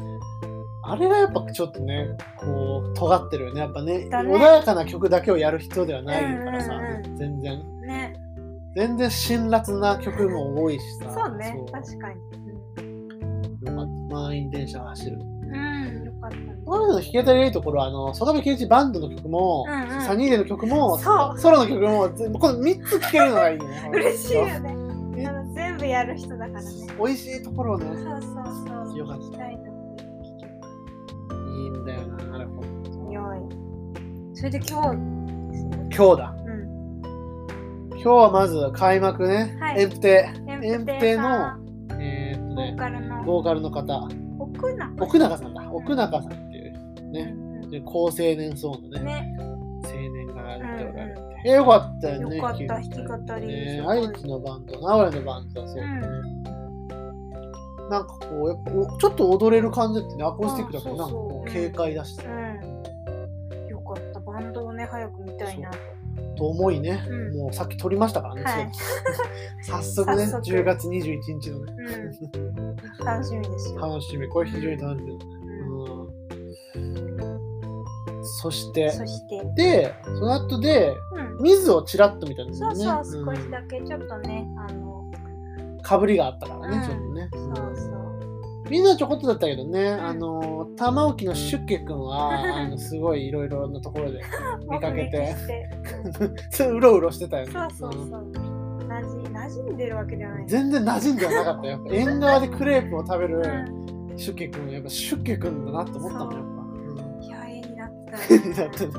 あれがやっぱちょっとねこう尖ってるよねやっぱね
だね
穏やかな曲だけをやる人ではないからさ、
うんうんう
全然
うん、ね、
全然辛辣な曲も多いしさ。
そうね、
そう
確かに。
よかった満員電車が走る。
うん、うんよかったね。
彼女の弾き語りがいいところは、あの、ソダメケイバンドの曲も、
うんうん
サニーデの曲も、
そう。
ソロの曲も、全部この3つ聴けるのがいいね
嬉しいよ
そう
ね。あの全部やる人だからね。
美味しいところを
そう
ね、
そうそう。
よかった
聞きたいので聞けた
いいんだよな、あれ。
よい。それで今日ですね。
今日だ。
うん。
今日はまず開幕ね、
はい
エンプテ。
エンプ
エンプテ
テ
の
の
えー、っと
ボー
ね、
カルの
ボーカルの方、
奥な
奥永さんだ。奥永さんっていう、ね、で高青年そうなね、
ね。
青年がやっておられて
う。
えよかったよね。
よかっ
聞い
た
て
弾き語り
ね
すごい
愛知のバンド、名古屋のバンドだそう、
うん
なんかこうやっぱお、ちょっと踊れる感じだってね、アコースティックだから、
うん
な
そ
ん
う
か
そう
こう、軽快だし、
うん。よかったバンドをね早く見たいなと。
と思いね、
うん
もうさっき撮りましたからね、
はい
すぐ早速ね、
(laughs) 早速
10月21日のね、
うん。楽しみですよ。
楽しみ、これ非常に楽しみですね。
うん
うん、そして、
そして、
で、その後で、
うん。
水をちらっと見たんです
そ
よ
う
ね。
そう
う
少
ん
しだけちょっとねあの
かぶりがあったからね、
うん
ちょっとね。
そうそう。
みんなちょこっとだったけどね、あの玉置の出家君はあのすごいいろいろなところで (laughs) 見かけてうろうろしてたよね
そうそうそう。なじ馴染んでるわけじゃない。
全然馴染んではなかったよやっぱ縁側でクレープを食べ
う
る
ん
出家君はやっぱ出家君だなと思ったもんやっ
いや絵になって
ぱ、う
たよ
んだ (laughs) って
ね。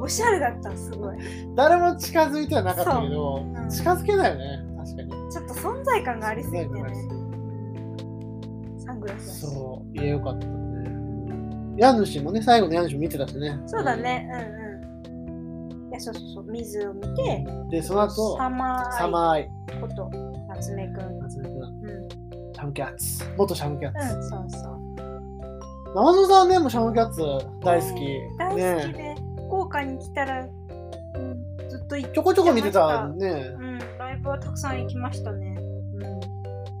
おしゃれだったすごい。
誰も近づいてはなかったけど
そううん
近づけないよね確かに。
ちょっと存在感がありすぎて
存在感がありす
ね
ぎて
サングラスだしそ
そう、いや、よかったね。家主もね、最後の家主見てたしね。
うだ。ねうんうんいやそうそうそう水を見て
で、その後、
サマ
サ
ー
マーイ、
イこと夏目くん
夏目くん
うんうん
シャムキャッツ。元シャムキャッツ。
そうそう
山野さんね、もうシャムキャッツ大好き。
大好き
ね
で福岡に来たらうんずっと行っ
ちょこちょこ見てた
行っ
ね。
うんライブはたくさん行きましたね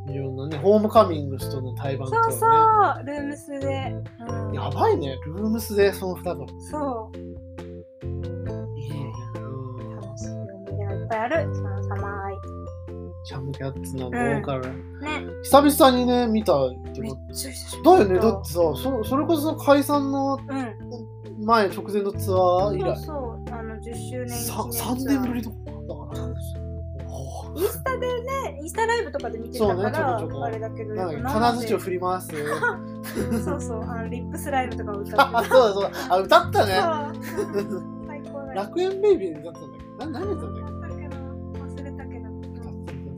うん
いろんなね、ホームカミングスとの対バンと
そ
か
う
ね。
そう、ルームスで。うん
やばいね、ルームスでその二人。
そう、
いいね。うん
楽しい思い出がいっぱいある、そのサマーアイ。
シャムキャッツのボーカル。
ね、
久々にね、見たって
め
こ
っ
と。
ちゃ久しぶ
だよ
り
ね、だってさ、そそれこそ解散の
うん、
前、直前のツアー以
そう
来。
そう、あの10周年記
さ
念ツアー
3年ぶりとかだから。おー
インスタでね、インスタライブとかで見てたから、
そうねちょこちょこ
あれだけど、
なんか
生
金
で
槌を振り回 (laughs) す。
そ
(laughs)
うそう、あのリップスライブとかを歌
あ、
っ
そうだそうだ。あ、歌った
て。
ね。
そううん最高だよ。
楽園ベイビーで歌ったんだっけど。な、何歌ったんだっけ
だけど忘れたけど。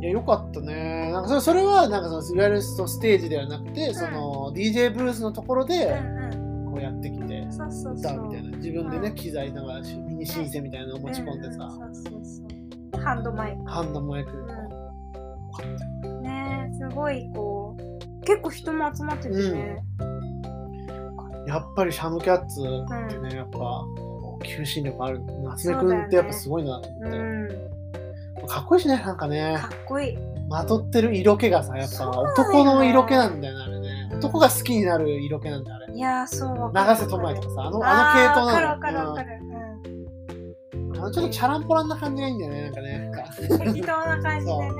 いや、よかったね。なんかそれそれは、なんかその、いわゆるそのステージではなくて、その、DJ ブースのところで、
うん
こうやってきて
うん、、そうそうそ
歌
う。
うみたいな。自分でね、
うん
機材なんか、ミニシンセみたいなのを持ち込んでさ、
うんそうそうそう。ハンドマイク。
ハンドマイク。
うんねえすごいこう結構人も集まっててね、
やっぱりシャムキャッツってね、やっぱ、こう求心力ある。夏目くんってやっぱすごいなと思
う
って。
ん
かっこいいしね、なんかね
か。っこいい
まとってる色気がさ、やっぱ
そうだよ
男の色気なんだよね、あれね。男が好きになる色気なんだよ、あれ。
いやーそうわか
長
る
瀬智也とかさ、あの、
あー
あ
わ
の
か
系
るわ
統な
かるわかる、
の。うんあのちょっとチャランポランな感じがいいんだよね、なんかね。なんか
うん、適当な感じでね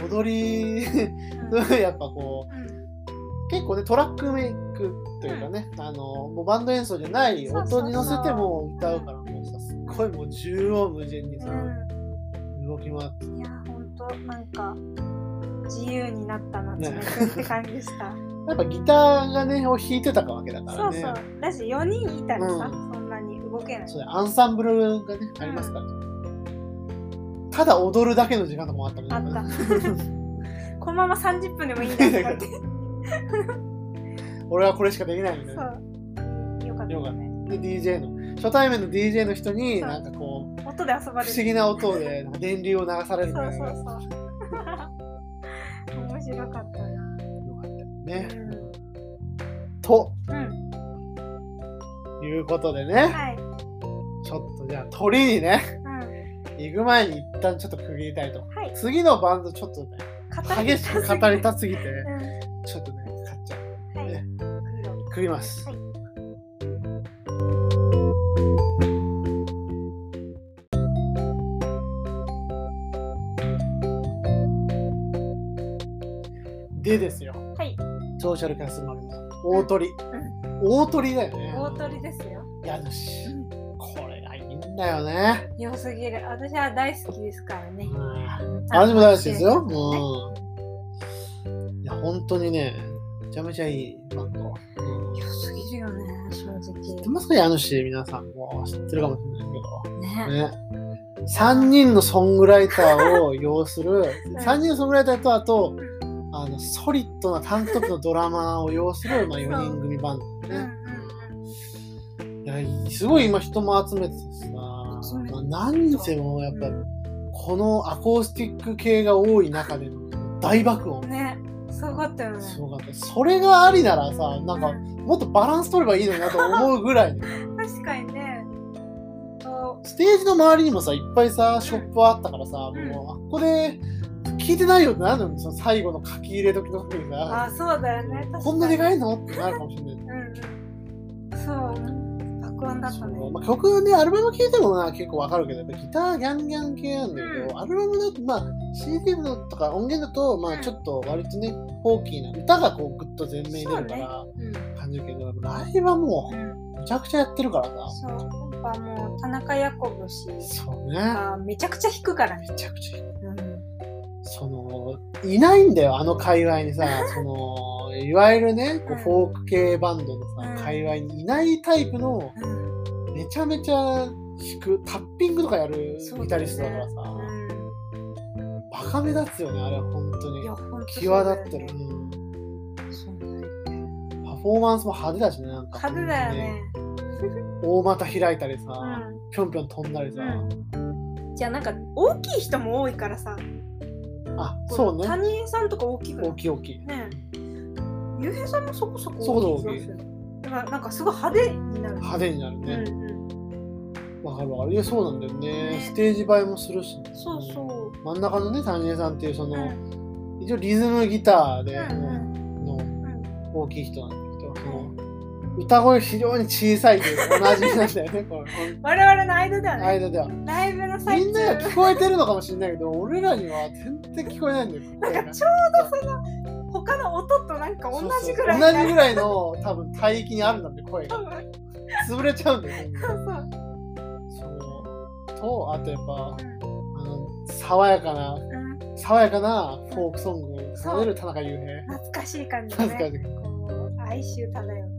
踊り、 (laughs)
うん
やっぱこ
うん
う、結構ね、トラックメイクというかね、あの、もうバンド演奏じゃない
そうそうそう
音に乗せてもう歌うから、もうさ、すっごいもう縦横無尽にさ、動き回って。
うんいやーほんとなんか自由になったなつめくんって感じした、
やっぱギターがね、を弾いてたわけだか
そ
ら
う
ね。
そうだし4人いたらさ、
う
そんなに動けない
そうねアンサンブルがね、ありますから。ただ踊るだけの時間とかもあったもんね。
あった (laughs) このまま30分でもいいんだとか (laughs) って
俺はこれしかできないみたい
そ
な。
う。よかった
よか
よ
っ
ね。
で、DJ の。初対面の DJ の人に、
そう
なんかこう、
音で遊ばれ
不
る。
思議な音で、なんか電流を流されるみ
そ
たいうな。
そうそう。面白か
よ
ったな。
かったよね。
う
と
ん。うん。
いうことでね、
はい。
ちょっとじゃあ鳥にね、
うん。
行く前に一旦ちょっと区切りたいと。
はい。
次のバンドちょっとね、激しく語りたすぎて、
うん。は
ちょっとね、買っちゃう。
い。
区切ります。
はい
でですよ。
はい。
ソーシャルキャスマルの大鳥、大鳥だよね。
大鳥ですよ。
家主。これがいいんだよね。
良すぎる。私は大好きですからね。
私も大好きですよ。
ね
もう。いや、本当にね、めちゃめちゃいいバンド。うん
良すぎるよね、正
知っ
直
て。ますか家主、皆さんも知ってるかもしれない
ね。
けど。ね。3人のソングライターを擁する、3人のソングライターと、あと、あのソリッドな単独のドラマーを擁する、まあ、4人組バンド
うんう
ね。
ん
いや、すごい今人も集めててさ、ま
集めて
あ、何せもうやっぱ
う
このアコースティック系が多い中での大爆
うん。
音。
ね。すごかったよね。
すごかった。それがありならさ、なん
う
かもっとバランス取ればいいのになと思うぐらいで。
(laughs) 確かにね。ほんと
ステージの周りにもさ、いっぱいさ、ショップあったからさ、も
うん
うあっこで聞いてないよってなるのに、その最後の書き入れ時の時に
あ、
さ、
そうだよね。確かに
こんなでかいのってなるかもしれない。
うんうんそう、爆音だったね。
まあ、曲ね、アルバム聴いてもな結構わかるけど、やっぱギターギャンギャン系なんだけど、
う
アルバムだと、まあ、CD のとか音源だと、まあ、
うん
ちょっと割とね、フォーキーな、歌がこう、グッと前面に出るから、
うん、
感じるけど、ライブはもう、むちゃくちゃやってるからさ。
そう、やっぱもう田中ヤコブ氏
そうね。
がめちゃくちゃ弾くからね。
めちゃくちゃいい、
うん、
その、いないんだよ、あの界隈
(laughs)
にさ、その、いわゆるね、こう、
うん
フォーク系バンドのさ、
うん
界隈にいないタイプの、
うん、
めちゃめちゃ弾くタッピングとかやる
そうだね
ギタリストだからさ、
う
バカ目立つよねあれは本当
ん。い
に
や、本当そうだ
際
よ
立ってる、
ね。
うん
そうだよね
パフォーマンスも派手だしねなんか
派手だよね。
大股開いたりさ、
う
ぴょんぴょん飛んだりさ、
ん。じゃあなんか大きい人も多いからさ、
あそう
他
ね
人さんとか大きくない
大きい大きい
ねえ。ゆうへいさんもそこそこ
そこそこ大きい
気がするだからなんかすごい派手になる。
派手になるね
うんうん。
わ、かるわかるいやそうなんだよね
ね
ステージ映えもするし、
そうそう。
真ん中のね谷江さんっていうそうの、
ん
一応リズムギターで、
うん
の
うん。
大きい人なんだけど、その歌声非常に小さいというか同じなんだよねこれ
我々の間ではね、
間では
ライブの最
み
中
んなが聞こえてるのかもしれないけど俺らには全然聞こえないんだよ
なんかちょうどその他の音となんか同じぐらい
そうそう同じぐらいの多分帯域にあるんだって声が
多分
潰れちゃうんだよね
そうそう
そうとあとやっぱあの爽やかな
うん
爽やかなフォークソングを奏でる田中裕平
懐かしい感じだ
懐か
ね
しい
こう哀愁漂う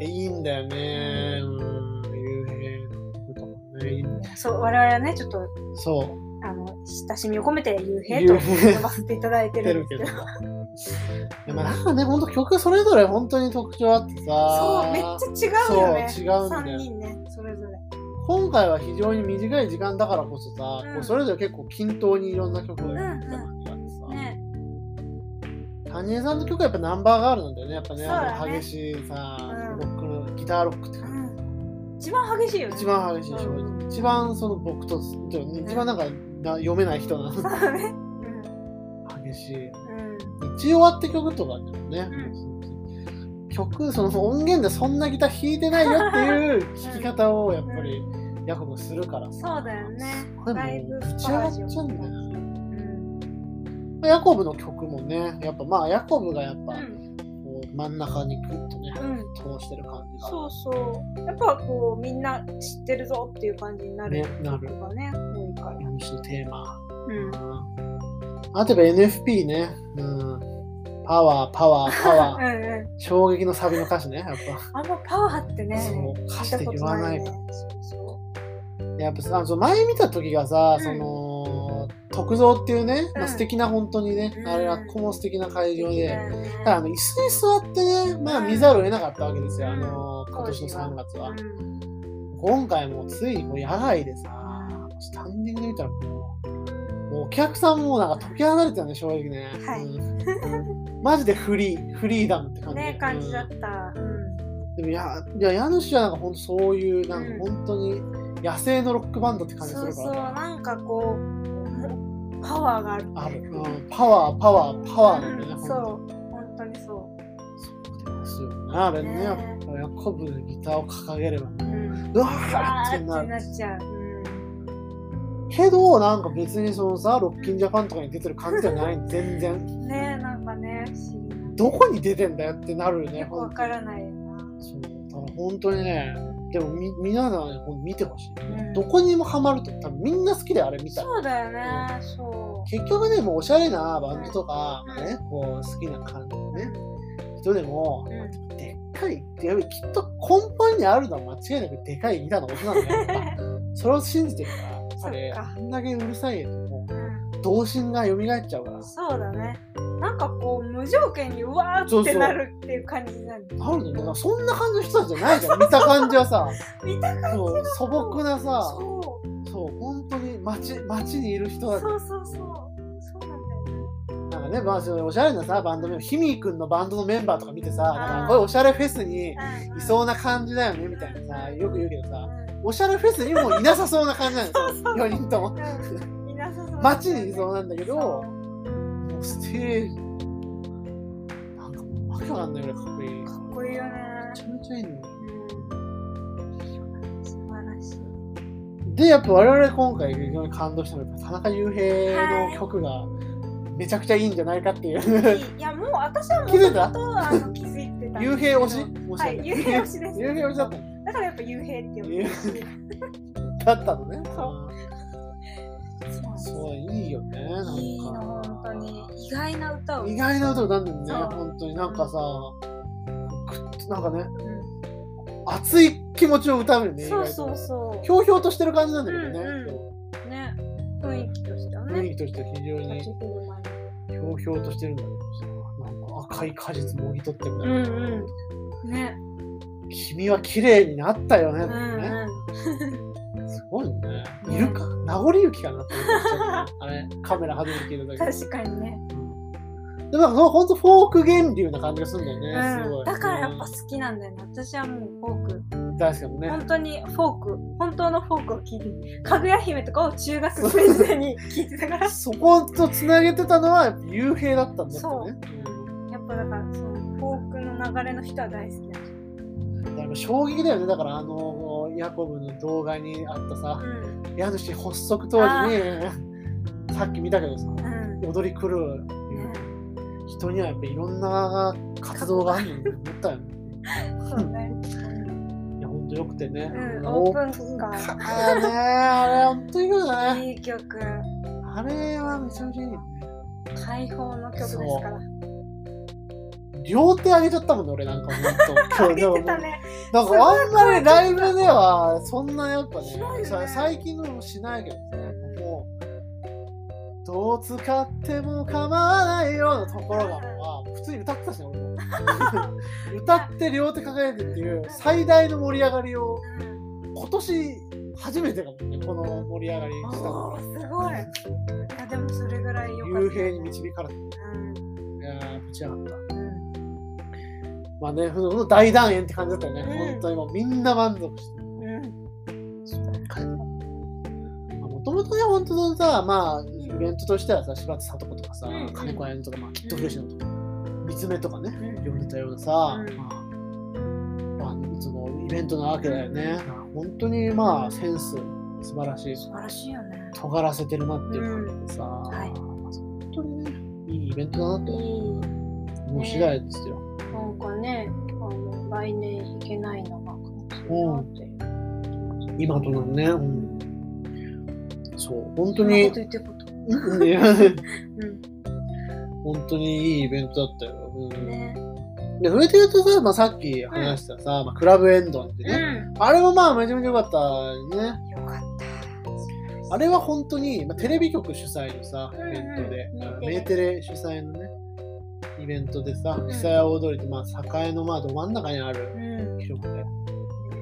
えいいんだよねうん裕平の歌もねいいんだよ
そう我々はねちょっと
そう
あの親しみを込めて幽閉
幽閉
と呼ばせていただいて
出
るん
る
で
け
す
ど
けど
でもなんかねほんと曲それぞれ本当に特徴あってさ
そうめっちゃ違うよね
そう違うんだよ
3人ねそれぞれ
今回は非常に短い時間だからこそさ、
うん
こうそれぞれ結構均等にいろんな曲をやった感じがあってさ、
ね
谷江さんの曲はやっぱナンバーガールなんだよねやっぱね
そうだ
あ
ね
の激しいさ、
うん
ロックのギターロックって
う
感じ、
ん一番激しいよね
一番激しいでしょ、
うん
一番その僕と一番なんかな読めない人な
そう
の
だねうん
激しい
うん
日曜って曲とかでもね、曲その音源でそんなギター弾いてないよっていう弾き方をやっぱりヤコブするからさ
そうだよね
すごいも
ライブ
うぶち上がっちゃうんだよね
うん
ヤコブの曲もね、やっぱまあヤコブがやっぱ、
うん
こう真ん中にグッとね、
うん
通してる感じが
そうそう。やっぱこうみんな知ってるぞっていう感じになる
ねなる。
のがね、多いから。
今年のテーマ。
うん。
あとやっぱ NFP ね、うん、パワー、パワー、パワ
う (laughs)
ー、
んう
衝撃のサビの歌詞ね、やっぱ。
ん。あんまパワーってね、
そう
聞いたこと
歌詞で言わないか
そうそ
やっぱさあの前見た時がさ、
うん
その、徳造っていうね、ま
うん
あ、素敵な本当にね、
うん
あれはこも素敵な
う。
会場
素敵
で、
だよね
ただあの椅子に座ってね、まあ見ざるを得なかったわけですよ、
うん
あの今年の3月は
う。ん
今回もついにもう野外でさ、スタンディングで見たらもう、もうお客さんもなんか解き放たれてたね、正直ね。
は
う
い
んマジでフリー、フリーダムって感じ。
ね感じだった。
うんでもや、いや、家主はなんか本当そういう、なん
うん
か本当に野生のロックバンドって
うん
感じす
そう
るか
そう。
ら。
なんかこうもうパワーがある。
ある、うん、パワー、パワー、パワーだね、
うん
本当
そう。本当
(laughs)
にそう。
にそうですよね。あれね、
ね
やっぱヤコブのギターを掲げれば、
うん。
うわ
わ
ー
ー
ってな
って
る
な。っちゃう。うん
けど、なんか別にそのさ、ロッキンジャパンとかに出てる感じじゃ
(laughs)
ない、全然。
ねなんかね不思議な。
どこに出てんだよってなるよね。
よくわからないよな。
そうだから本当にね、でもみ皆さんねほん見てほしい。
うん
どこにもハマると、多分みんな好きであれ見たら。
そうだよね、そ
結局ね、もうおしゃれなバンドとか、
うん
ね、こう好きな感じの
う。
ね、人でも、
うん
でっかい、できっと根本にあるのは間違いなくでかいギターの音なんだよ。やっ
(laughs)
ぱそれを信じてるから、あれ、
そっ
あ
か
んだけうるさいとも
う
う、童心が蘇っちゃうから
ん、。そうだね。なんかこう、無条件にうわーってなるっていう感じなんだ。
あるのだからそんな感じの人たちじゃないじゃん、見た感じはさ。
(laughs) 見た感
そう素朴な
じ
さ
そ
そう本当に街街にいる人
う
だ
そうそうそう。そうなんだよね。
なんかね、まあ、そのおしゃれなさバンドメンバーひみーくんのバンドのメンバーとか見てさ
ー
なんかこういうおしゃれフェスに
うんうん
いそうな感じだよねみたいなさよく言うけどさ
う
おしゃれフェスにもいなさそうな感じなんですよ
そう
4人とも
んうんいなさそうだよね
(laughs) 街にいそうなんだけど
そ
もうステージなんかもうわけわかんないぐらいかっこいいう
かっこいいよね。
めちゃめちゃいいの
うん素晴らしい。
でやっぱ我々今回非常に感動したのがやっぱ田中裕平の曲がめちゃくちゃいいんじゃないかって (laughs) いう
いや、もう私はも
気づいた
ともとあの気づいてたんですけど。
幽閉推し推し
はい、幽閉推しです。
幽閉推しだったの
だからやっぱ幽閉って呼ぶし。
だったのね
そ
そういいよねなんか
いいの本当に意外な歌を、
意外な歌なんだよね
そう
本当になんかさくっなんかね
うん
熱い気持ちを歌うよね、意
そう
外
そ
と。
うそ
ひょうひょうとしてる感じなんだけどね。
うんう。ね。雰囲気としては
雰囲
ね。
気としては非常に
立ち振る舞い
ひょうひょうとしてるんだけどさ、なんか赤い果実もぎ取ってみたいな。
うんね。
君は綺麗になったよね。
う
と
ん
かね
う
すごいね。
うん
いるか名残雪かなって思っちゃ
(laughs)
うよねあれ、カメラ外れてるだ
ん。
けで。
確かにね。
でもなんかほんとフォーク源流な感じがするんだよね。す
う
ご
ん。
い。
だからやっぱ好きなんだよね。私はもうフォーク。
うん確かにね。
本当にフォーク。本当のフォークを聞いて。かぐや姫とかを中学生時代に聞い
(laughs)
てたから。
そことつなげてたのは幽閉だったんだ
そ
よ
う
ね。うん
やっぱだからそのフォークの流れの人は大好きなんだよ。
だから衝撃だよね。だからあの、ヤコブの動画にあったさ、
うん
家主発足当時に、さっき見たけどさ、
うん。
踊り狂う
ね
人にはやっぱいろんな活動があるのって思ったよね。
そうね。
いや、ほんとよくてね。
うん。オ
オー
ープンカ
プンカーね。あれ、ほんといいよ
(laughs)
ね。
ー。いい曲。
あれはめちゃめちゃいい。
解放の曲ですから。
両手上げちゃったもんね、俺なんか
(laughs)
ほんと。今日
あげ
でも
てたね。
なんかあんまりライブではそんなやっぱね
しないよね
さ最近のもしないけどねもうどう使っても構わないようなところがまあ普通に歌ってたしね俺も歌って両手抱えてっていう最大の盛り上がりを
うん。
今年初めてかもねこの盛り上がりしたの
おーすごい。いやでもそれぐらい良かった。
幽閉に導かれてい
うん。
やーぶち上がった
うん
まあねその大団円って感じだったよね、
うん
本当にもうみんな満足して
うん。
もともとね、本当のさ、まあ、イベントとしてはさ、柴田聡子とかさ、
うん
金子彩乃とか、まあ、きっとフレッシュのとか、三つ目とかね、
うん
呼んでたようなさ、
うん
まあ、まあ、そのイベントなわけだよね。本当にまあ、センス、素晴らしい。
素晴らしいよね。
尖らせてるなっていう感じでさ、
んはい
まあ本当にね、いいイベントだなって
いい。
思う次第ですよ。
なんかね、あの来年行けないのが悲しいなっていう。
今となるね、うんそう、本当
そんなこ
に
と、言ってること。
うんいや
う
(laughs) 本当にいいイベントだったよ。うん
ん。ね。
で、それで言うとさ、まあ、さっき話したさ、まあ、クラブエンドンってね、
う
あれもまあ、めちゃめちゃ良かったね。
ん。よかった。
あれは本当に、まあ、テレビ局主催のさ、
うんう
イ
ん
ベントで、
メーテレ
あのメーテレ主催のね、イベントでさ、久屋大通りって、まあ、栄のまあ、ど真ん中にある
うん。
広くて、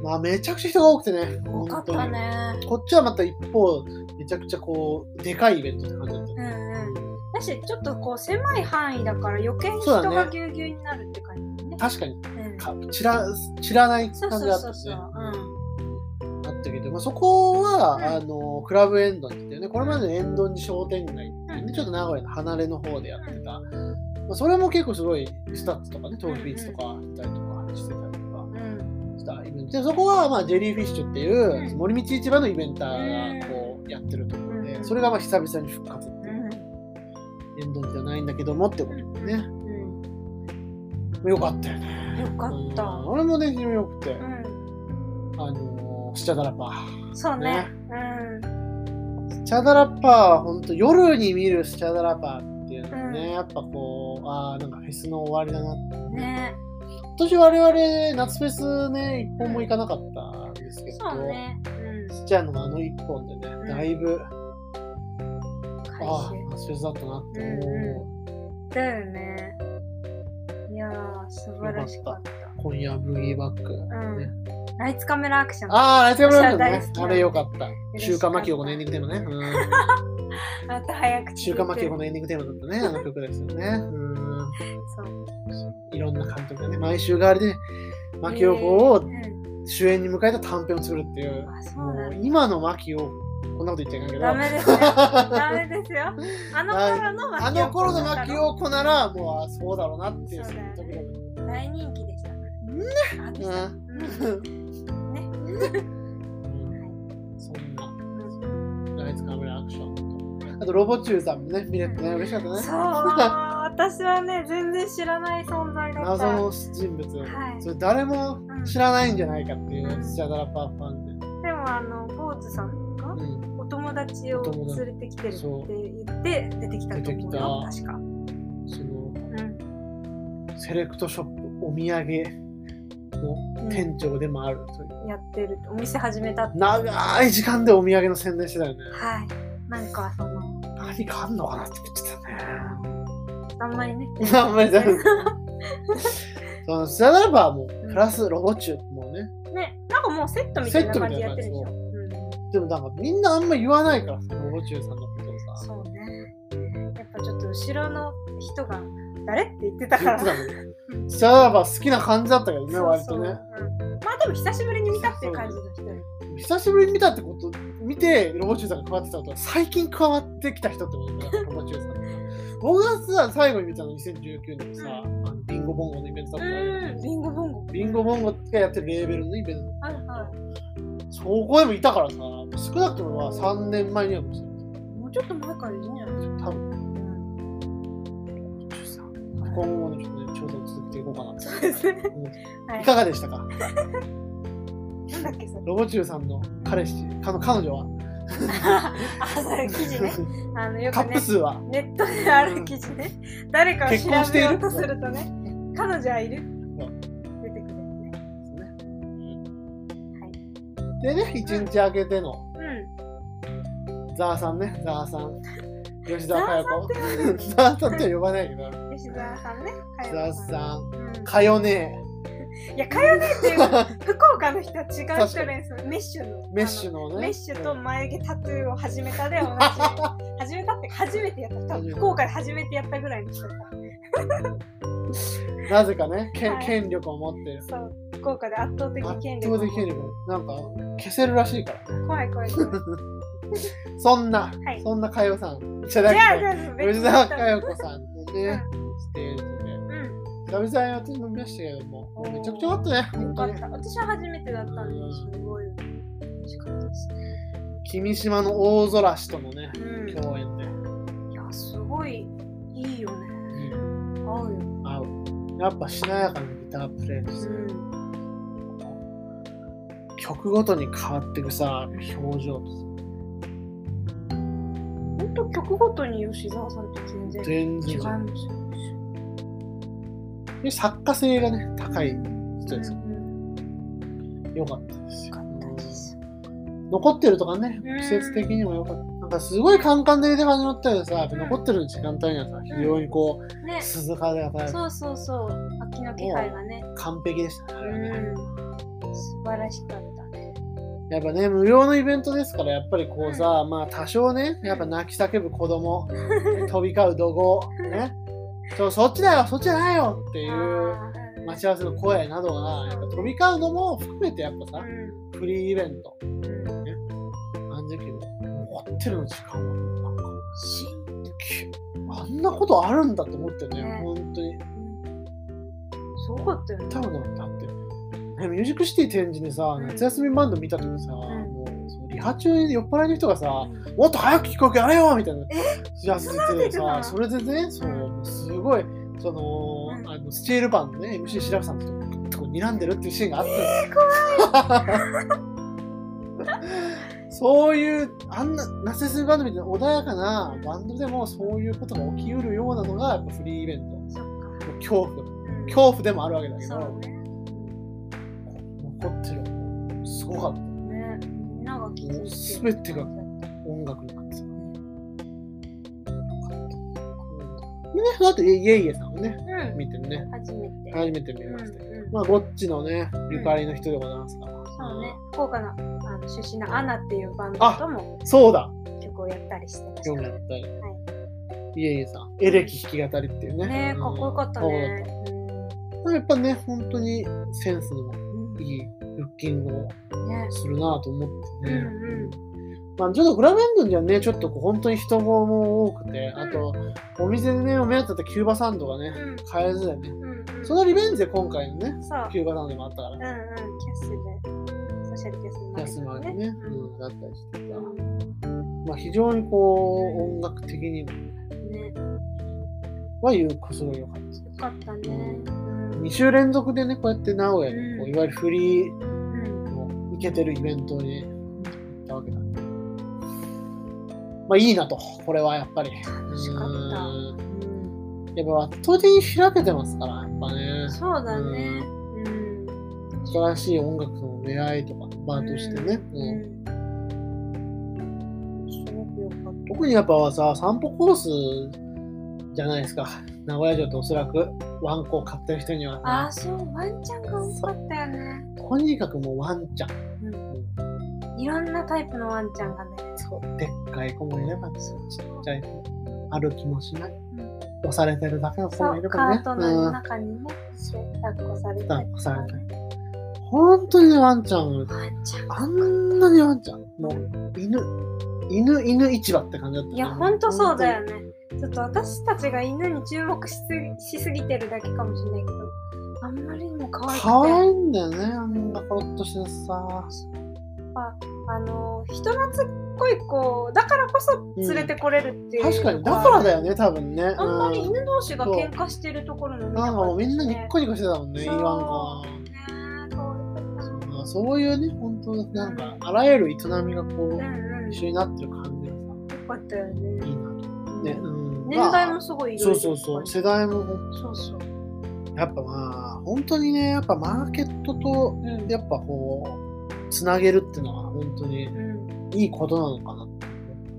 まあ、めちゃくちゃ人が多くてね、
多か
本
っ
当
た
に。
ね。
こっちはまた一方、めちゃくちゃこう、でかいイベントって感じだったよ。
うんうん。だし、ちょっとこう狭い範囲だから余計に
そう
人
だね
がぎゅうぎゅうになるって感じね。
確かに
うん
か、散ら、散らない
そう
感じ
そう
だった
そう
よ
そ
ね。
う。う
あったけど、まあ、そこは、
うん
あのクラブエンドンっていうねこれまでのエンドンに商店街っていうね、
うん
ちょっと名古屋の離れの方でやってた、まあ、それも結構すごいスタッツとかねトークビーツとか行ったりとかしてたりとか
ん。うん。
したイベントでそこは、まあ、ジェリーフィッシュっていう、
うん
森道市場のイベンターがこうやってるところで、
うん
それがまあ久々に復活っていう、エンドンじゃないんだけどもってことでね、
うん。
よかったよね
よかった。
うん俺もね非常によくて、
う
あのスチャダラパー
ん。そうね
ね。
うん。
スチャダラッパーは本当夜に見るスチャダラッパーっていうのはね、
うん
やっぱこうああなんかフェスの終わりだな今
ね。
年我々夏フェスね一本も行かなかったんですけど
そうね。うん。
スチャのあの一本でね、
うん
だいぶ
回
ああ夏
収。
フェスだったなって思
だよね。いやー、素晴らしかった。
う、今夜ブギーバック、
うん
ね
ライツカメラアクション。あ
ああライトブランドね
私は大好き
あれよかった
た
週刊マキオコのエンディングテーマね、うん、
と早口。
週刊マキオコのエンディングテーマだったねあの曲ですよねうん
そう。
いろんな監督がね毎週代わりでマキオコを
うん。
主演に迎えた短編を作るっていう、
あ、そうな
も
ん
う
だ。
今の牧を、こんなこと言っちゃいけな
ダ
い
メ
け
ですよ。ダメですよ。あの頃の
ど、
マ
(laughs) あ
キオ
の
コ
頃の牧を子
だから
なら、もうあそうだろうなっていう
そうだよね
説得力
大人気でしたから。あでした
う
うん
うんそんな、ライツカメラアクションと。あと、ロボチューさんもね、見れてね、嬉しかったね。
そう、私はね、全然知らない存在だった。
謎の人物、
はい
それ誰も知らないんじゃないかっていう、
うん
スチャダラパーファンで。
でも、あの、ポーズさんが、
うん
お友達を連れてきてるって言って出てきたと思うよ、
出
確か。
その
うん。
セレクトショップお土産の店長でもあるという、
やってるお店始めたって
長い時間でお土産の宣伝してたよね
はいなんかその
何かあんのかなって言って
あんまりね
たねあんまりだ
(laughs)
めそのしたならばもうプラスロボチューもうね
ねなんかもうセットみたいな感じでやってるでしょ
セットでもなんかみんなあんま言わないからさロボチューさんのことを
うん
さ
そうねやっぱちょっと後ろの人が誰って言ってた
言
か
っ
ら
てたもんねしたならば好きな感じだったけどね
(laughs)
割とね
うんまあでも久しぶりに見たっていう感じの人よ
久しぶりに見たってこと見てロボチューさんが加わってたことは最近加わってきた人ってことだからロボチューさんが僕がさ最後に見たの2019年のさ、あのビンゴボンゴのイベントだったのよ
うんビンゴボンゴ
ビンゴボンゴがやってるレーベルのイベント
はいはい
そこでもいたからさ少なくともまあ3年前にはもうさ
もうちょっと前からいいんじゃないですか
多分
うん
今後もねちょっとね調査を続けていこうかな
そうですねはいい
かがでしたか
なんだっけそれ
ロボチューさんの彼氏かの彼女は、
あそれ
(laughs)
記事ねあのよ
カ
く
ッ
ね
プ数は
ネットである記事ね誰かを
結婚し
調
て
べ
い
よ
る
うとするとね彼女はいる出てくるよね
でね1日明けての
うん
ザーさんね、ザーさん。吉沢佳代子。ザーさんって呼ばないけど、
(laughs) 吉沢さん
(laughs)
ね
ザー
かよ
さん。
うん
かよね
いやかよねっていうか
え。
福岡の人は違う人ですメッシュの
(laughs) メッシュ
の
のね。
メッシュと眉毛タトゥーを始め
(laughs)
たで同じ始めたって初めてやった多分福岡で初めてやったぐらいの人だ
なぜかね、権
はい
権力を持ってる。
そう福岡で圧倒的
圧倒
権
的
力を
権力。なんか、消せるらしいから。
怖い怖い怖い
そんな、
はい
そんなかよさん。じゃな
じゃあ
く
じゃあ
て、吉
別
沢
だ
佳代子さんのね、ステージで。
う
久々に私も見ましたけども、
おー
めちゃくちゃ良かったね。
んよ
本当
かっ
に
た私は初めてだったんで
うん
すごい楽しかったです
君島の大空氏とのね、
うん
共演で。
いやすごいいいよね合うよね
合う。やっぱしなやかなギタープレイですね。
う
曲ごとに変わっていくさ表情とさ
んほんと曲ごとに吉沢さんと全然
全
違
然
い
違う
ますよね
で作家性がね高い人です
うんうん
よかったです
よかったです
残ってるとかね
うん
季節的にもよかったなんかすごいカンカンで入れて始まったけどさ残ってる時間帯にはさ非常にこう
ね
鈴鹿で与え
そうそうそう秋の気配がね
完璧でしたねあれはね
うん素晴らしかったね
やっぱね無料のイベントですからやっぱりこうさまあ多少ねやっぱ泣き叫ぶ子供飛び交う怒号ねそうそっちだよそっちじゃないよっていう
あー
待ち合わせの声などがやっぱ飛び交うのも含めてやっぱさ、
う
フリーイベント
んうん
なんだけど終わってるの時間はなんか
し
きあんなことあるんだって思ってね
ね
本当に
すごかったよね
多分だって、ね、ミュージックシティ展示でさ
うん
夏休みバンド見た時さ、もうそのリハ中に酔っ払いの人がさ、
うん
もっと早く聴くわけあれよみたいなやつで
そんな
さ
ん出てた
それでねそううすごいその,、
うん
あのスチールパンのね MC 白木さんとグッとこう睨んでるっていうシーンがあったんですよ (laughs) そういうあんな夏休みバンドみたいな穏やかなバンドでもそういうことが起きうるようなのがやっぱフリーイベン
そっか
ト恐怖
うん
恐怖でもあるわけだけど
そうね
残ってるすごかった
ねみんなが気づいて
全てが音楽になってたからねよかったでねあとイエイエさんをね
うん
見てね
初めて
初めて見
うん
ましたけど、
うん
まあゴッチのねゆかりの人でございますから、
そうね福岡のあの出身のアナっていうバンドとも
そうだ
曲をやったりしてまし
今日
た
やったり、
は
イエイエさんエレキ弾き語りっていうね
ねかっこよかったね
うんやっぱね本当にセンスの
うん
いいルッキングを
ね
するなと思ってね、
うんうん
まあ、ちょっとグラベンドにはね、ちょっとこう本当に人も多くて、
ん
あと、お店でね、お目当てたキューバサンドがね、
うん
買えずだよね。
うんうん
そのリベンジで今回のね、
そう
キューバサンドもあったか
うんうんキャッスルソーシャルキャ
ら、
ッス
休
ル
まわ
マーケ
け
ット
ね、
うん
うん、だったりしてさ、
う
まあ、非常にこう、
うん
音楽的に
んね
は言う、すごい良かったです。
よかったねうん
2週連続でね、こうやって名古屋
う
に
ん
こう、いわゆるフリー
うん
の行けてるイベントに行ったわけだ。まあ、いいなと、これはやっぱり。
楽しかった
うん
うん
やっぱ圧倒的に開けてますから、やっぱね。
そうだね。うん。
新しい音楽との出会いとか、バーとしてね。うん
すごく良かっ
特にやっぱさ、散歩コースじゃないですか。名古屋城っておそらくワンコを買ってる人には
た。ああ、そう、ワンちゃんが多かったよね。
とにかくもうワンちゃん。
いろんなタイプのワンちゃんがね。
そうでっかい子もいれば、ちっちゃい子。歩きもしない。押されてるだけの子
そ、
もいうれ
カ
ばね
ー。トの中にね、抱っこされたりとか、ね。
本当にねワンちゃん、
ワンちゃん。
あんなにワンちゃん。もう、犬、犬、犬市場って感じだった、
いや、ほんとそうだよね。ちょっと私たちが犬に注目しすぎしすぎてるだけかもしれないけど、あんまりにも可愛くて。
可愛いんだよね、あんなコロッとしてさ。
あの人懐っこい子だからこそ連れてこれるっていう、
確かに、だからだよね、多分ね。
あんまり
うん
犬同士が喧嘩してるところの見た
なんかもうみんなにっ
ね
こりこしてたもんね、イ
そう
ワンが。
ねそう
まあそういうね、本当なんか、あらゆる営みがこ
うんう
う、
ん
一緒になってる感じが
よかったよね
さ、いいなと。ね、うん。
年代
ま
も
あ
すごいいろ
そ
いうろ
そうそう、世代もほん、
そうそう
やっぱまあ、本当にね、やっぱマーケットと、
うん
やっぱこう、つなげるっていうのは、本当に
う
いいことなのかなっ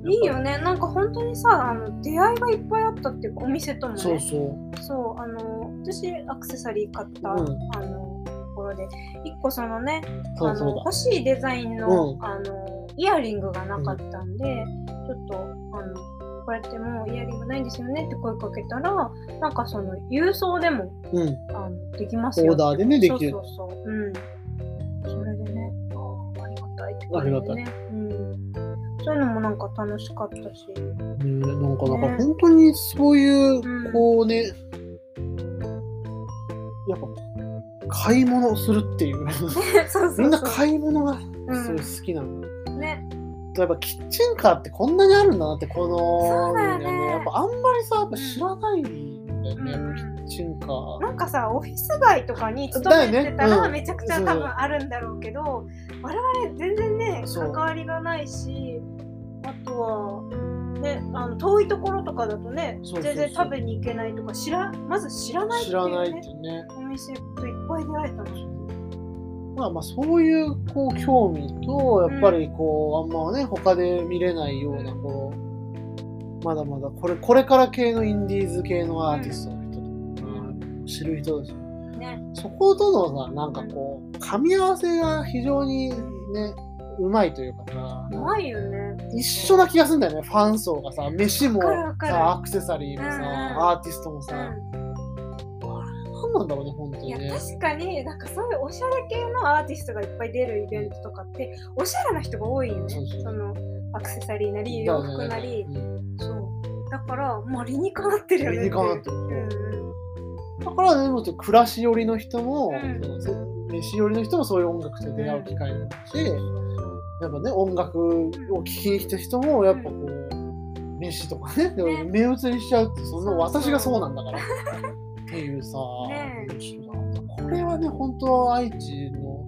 て
ん、いいよねなんか本当にさあの出会いがいっぱいあったっていうかお店ともね
そうそう。
そうあの私アクセサリー買った、
うん
あのところで一個そのね
そう
あ
そう
の
だ。
欲しいデザインの,、
うん
あのイヤリングがなかったんで、ちょっとあのこうやってもうイヤリングないんですよねって声かけたらなんかその郵送でも
うん。
あのできます
オ
よ
ーダーでね、できる
そ。うそうそううんそれでねあーありがたいって
あ
感
り
じ
が
でねうん、そういうのもなんか楽しかったし
(laughs) うんなんか、なんか
ね
本当にそういう、
うん
こうね、やっぱ、買い物をするっていう。
そうそうそう
みんな買い物がす
う
ごい
ん
好きなんだ。
ね
やっぱキッチンカーってこんなにあるんだなって、この、
そうだよね
やっぱあんまりさ、やっぱ知らないんだよね、
う
やっぱ
ん
キッチンカー。
なんかさオフィス街とかに勤めて
だよ
た
ね
ら
うん
めちゃくちゃ多分あるんだろうけど、我々全然ね
そう
関わりがないしあとは、ね、あの遠いところとかだとね
そうそうそう
全然食べに行けないとか知らまず知らないってい、
知らないうっ
ね、
てね。
お店といっぱい出会えたの。
まあまあそういうこう興味とやっぱりこう、あんまね他で見れないようなこうまだまだこれこれから系のインディーズ系のアーティストの人とか、知る人です
ね、
そことのさなんかこう噛み合わせが非常にねうまいというかさ
うまいよね。
一緒な気がするんだよねファン層がさ飯も
わかるわかる
さアクセサリーもさ、
うんうん
アーティストもさ、何なんだろうね本当
うん、い
に
や
ね。
確かになんかそういうおしゃれ系のアーティストがいっぱい出るイベントとかっておしゃれな人が多いよね。
そ
そう
そう
のアクセサリーなり洋服なり
う。ん
そう。だから、まあ、理にかなってるよね。
理にかなってる
うんうん。
だからでもちょっと暮らし寄りの人も、
うん
そのせ飯寄りの人もそういう音楽と出会う機会になるし、やっぱね音楽を聴きに来た人もやっぱこう、飯とかねでも目移りしちゃうってそんな
そうそう
私がそうなんだからっていうさ、
ねえ
面白いなこれはね本当愛知の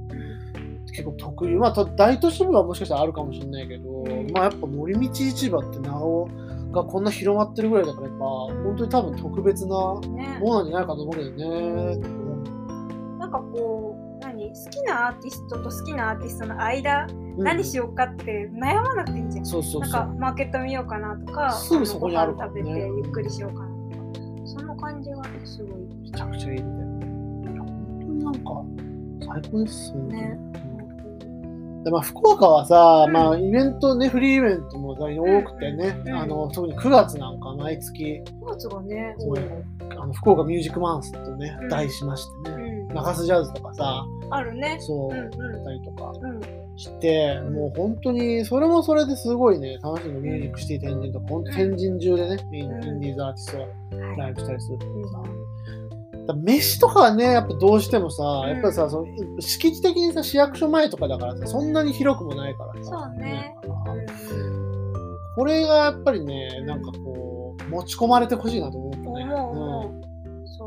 結構特有まあと大都市部はもしかしたらあるかもしれないけど、
うん
まあやっぱ森道市場ってなおがこんな広まってるぐらいだからやっぱ本当に多分特別な
ね。
もうなんじゃないかと思うけどね。うん
なんかこう、何好きなアーティストと好きなアーティストの間、何しようかって悩まなくていいじゃん。
そうそう
なん
そ
か
う。
マーケット見ようかなとか、
すぐそこにある
ご飯食べて
からね
ゆっくりしようかなとか、その感じがね、すごい。
めちゃくちゃいいんだよ。いや本当になんか最高ですよね。うんでまあ、福岡はさ、
うん
まあ、イベントね、フリーイベントも大変多くてね、
うん
あの特に9月なんか毎月、
9月がね、
そ
多いよ
うあの福岡ミュージックマンスとね、
うん
題しましてね、
う
中洲ジャズとかさ、
ん。あるね。
そうう、
ん
やっ
う
たりとか
ん。うん。
して、
うん
もう本当に、それもそれですごいね、楽しいの、ミュージックシティ天神とか、本当天神中でね、イン
うん
インディーズアーティストが
は
ラ
い。
イブしたりするだから飯とかはねやっぱどうしてもさ、
ん
やっぱさその敷地的にさ市役所前とかだからさそんなに広くもないからさ
そうね
なんか
うん
これがやっぱりねなんかこう持ち込まれてほしいなと思ったね
思う思う。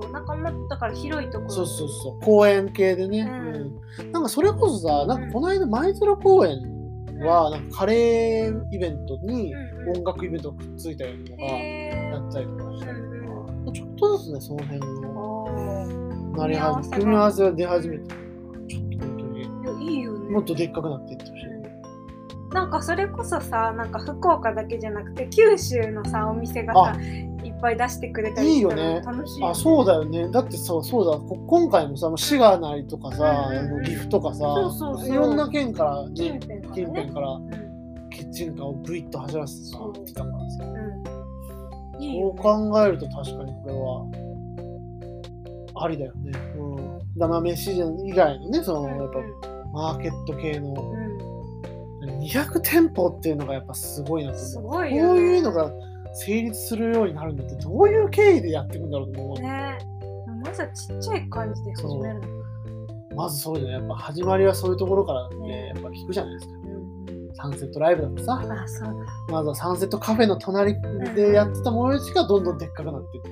そう、なんかもっとだから広いと
う
こ
ん、
ろ。
そうそうそう公園系でね、
うん
うんなんかそれこそさなんかこの間舞鶴公園はなんかカレーイベントに
うんうん
音楽イベントがくっついたようなのが
へ
や
ー
ったりとかしたり
うんうん
とかちょっとずつねその辺の
おー
なり始め組
組
み
み
合
合
わ
わ
せ
せ
が
が
出始めてちょっとねもっとでっかくなっていってほしい。
うんなんかそれこそさなんか福岡だけじゃなくて九州のさお店がさいっぱい出してくれたり
いいよ
したら
ね
楽しい
あそうだよねだってそうそうだこ今回もさもう滋賀なりとかさ、
うんうんうん
あの岐阜とかさ
そうそうそう
いろんな県から、ね、
近辺からね
近辺から
うん
キッチンカーをブイッと走らせてさ
そう
来たからさ
うんいい
そう
よ、ね、
考えると確かにこれはありだよね。うん、生飯以外のねそのやっぱマーケット系の
うんうん
200店舗っていうのがやっぱすごいなと
す
思う。
ごいよ
こ
ね
ういうのが成立するようになるのってどういう経緯でやっていくんだろうと思う。
ねまずはちっちゃい感じで始めるの
まずそうじゃないやっぱ始まりはそういうところからねやっぱ聞くじゃないですか。サンセットライブだってさ
うんあそうだ
まずはサンセットカフェの隣でやってたものちがどんどんでっかくなってっ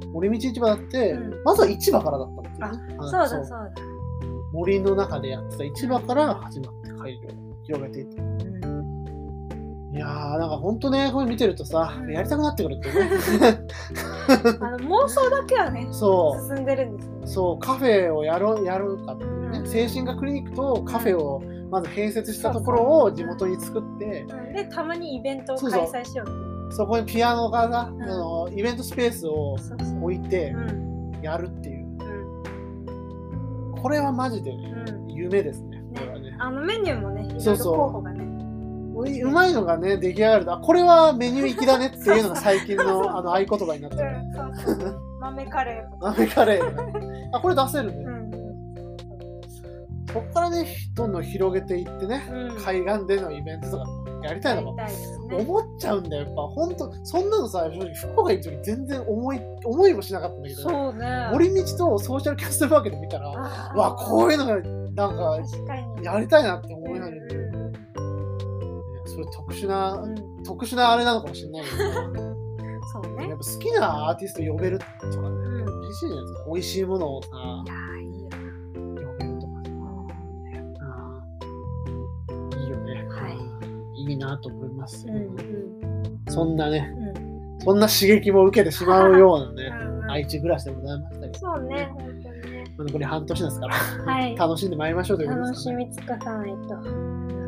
て森道市場だって、
うん
まずは市場からだったんですよね、あの
そうだそう
そう
だ
森の中でやってた市場から始まって改良広げていって
うん
いやーなんかほんとねこれ見てるとさ、
うん
やりたくなってくるってね
(laughs) あの妄想だけはね
そ
進んでるんですよ
うそうカフェをやろうやるかっていうね、
うん
精神科クリニックとカフェをまず併設したところを地元に作って
うんでたまにイベントを
そう
開
そう
催しようって
そこにピアノがさ、
ん
あのイベントスペースを
そうそう
置いて
うん
やるっていう
うん
これはマジでね
う
夢ですね。
ん
これはね
ん。あのメニューもねいろい
そ
ろ
うそう
候補がね
ういうまいのがね、出来上がると、あこれはメニュー行きだねっていうのが最
(laughs)
近のあの合言葉になって
う
る。
んそうそう (laughs) 豆カレーとか
豆カレーが。
(laughs)
あ、これ出せるね
う。ん
そこからね、どんどん広げていってね、
うんやり
海岸でのイベントとかやりたいのかも。
たいですね
思っちゃうんだよ、やっぱ。本当そんなのさ、正直、福岡行った時全然思い、思いもしなかったんだけど、
そうね
森道とソーシャルキャストマーケット見たら、わ、
あー
こういうのが、なんか、
確かに
やりたいなって
う
思い
ん
ながら、
うん
そういう特殊な
うん
特殊なあれなのかもしれないけど、
そう
や
(laughs) ね
っぱ好きなアーティスト呼べるとかね、
うん
嬉しいじゃないですか。美味しいものをさ、
いやーいいよ
呼べるとかさ、いいよね。いいなと思います
う
よ、
んうん
そんなね、
うん
そんな刺激も受けてしまうようなね、
うんうん
愛知暮らしでございましたけど、
そうね、本当にね。
まあ残り半年ですから、
はい。
楽しんでまいりましょうということで
楽
すか
し
ね。
み尽くさないと。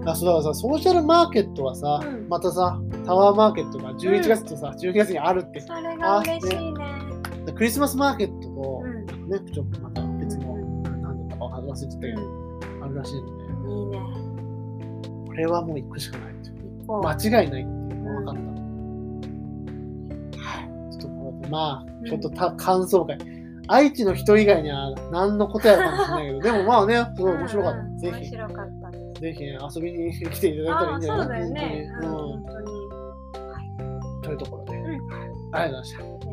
あそうだからさ、ソーシャルマーケットはさ、
うん
またさ、タワーマーケットが11月とさ、12月にあるって、
それが嬉しいね。
クリスマスマーケットと、
うん
ね、ちょっとまた別の、なんだか忘れちゃったけど、あるらしいんで、
うんいいね。
これはもう行くしかないっていう。
一方、
間違いないっていうのが分かった。はい。ちょっとこれ、まあ、ちょっとた感想会。愛知の人以外には何のことやるかもしれ
(laughs)
ないけど、でもまあね、すごい面白かった。
うんうん
ぜ
面
ひ、
白かったです。
ぜひ、ね、遊びに来ていただいたらいいん
ああー、
じ
そ
ゃな
う
い
だよね。
本当に
う
う
ん
ん
本当に。
というところで、
ん
はいありがとうございました。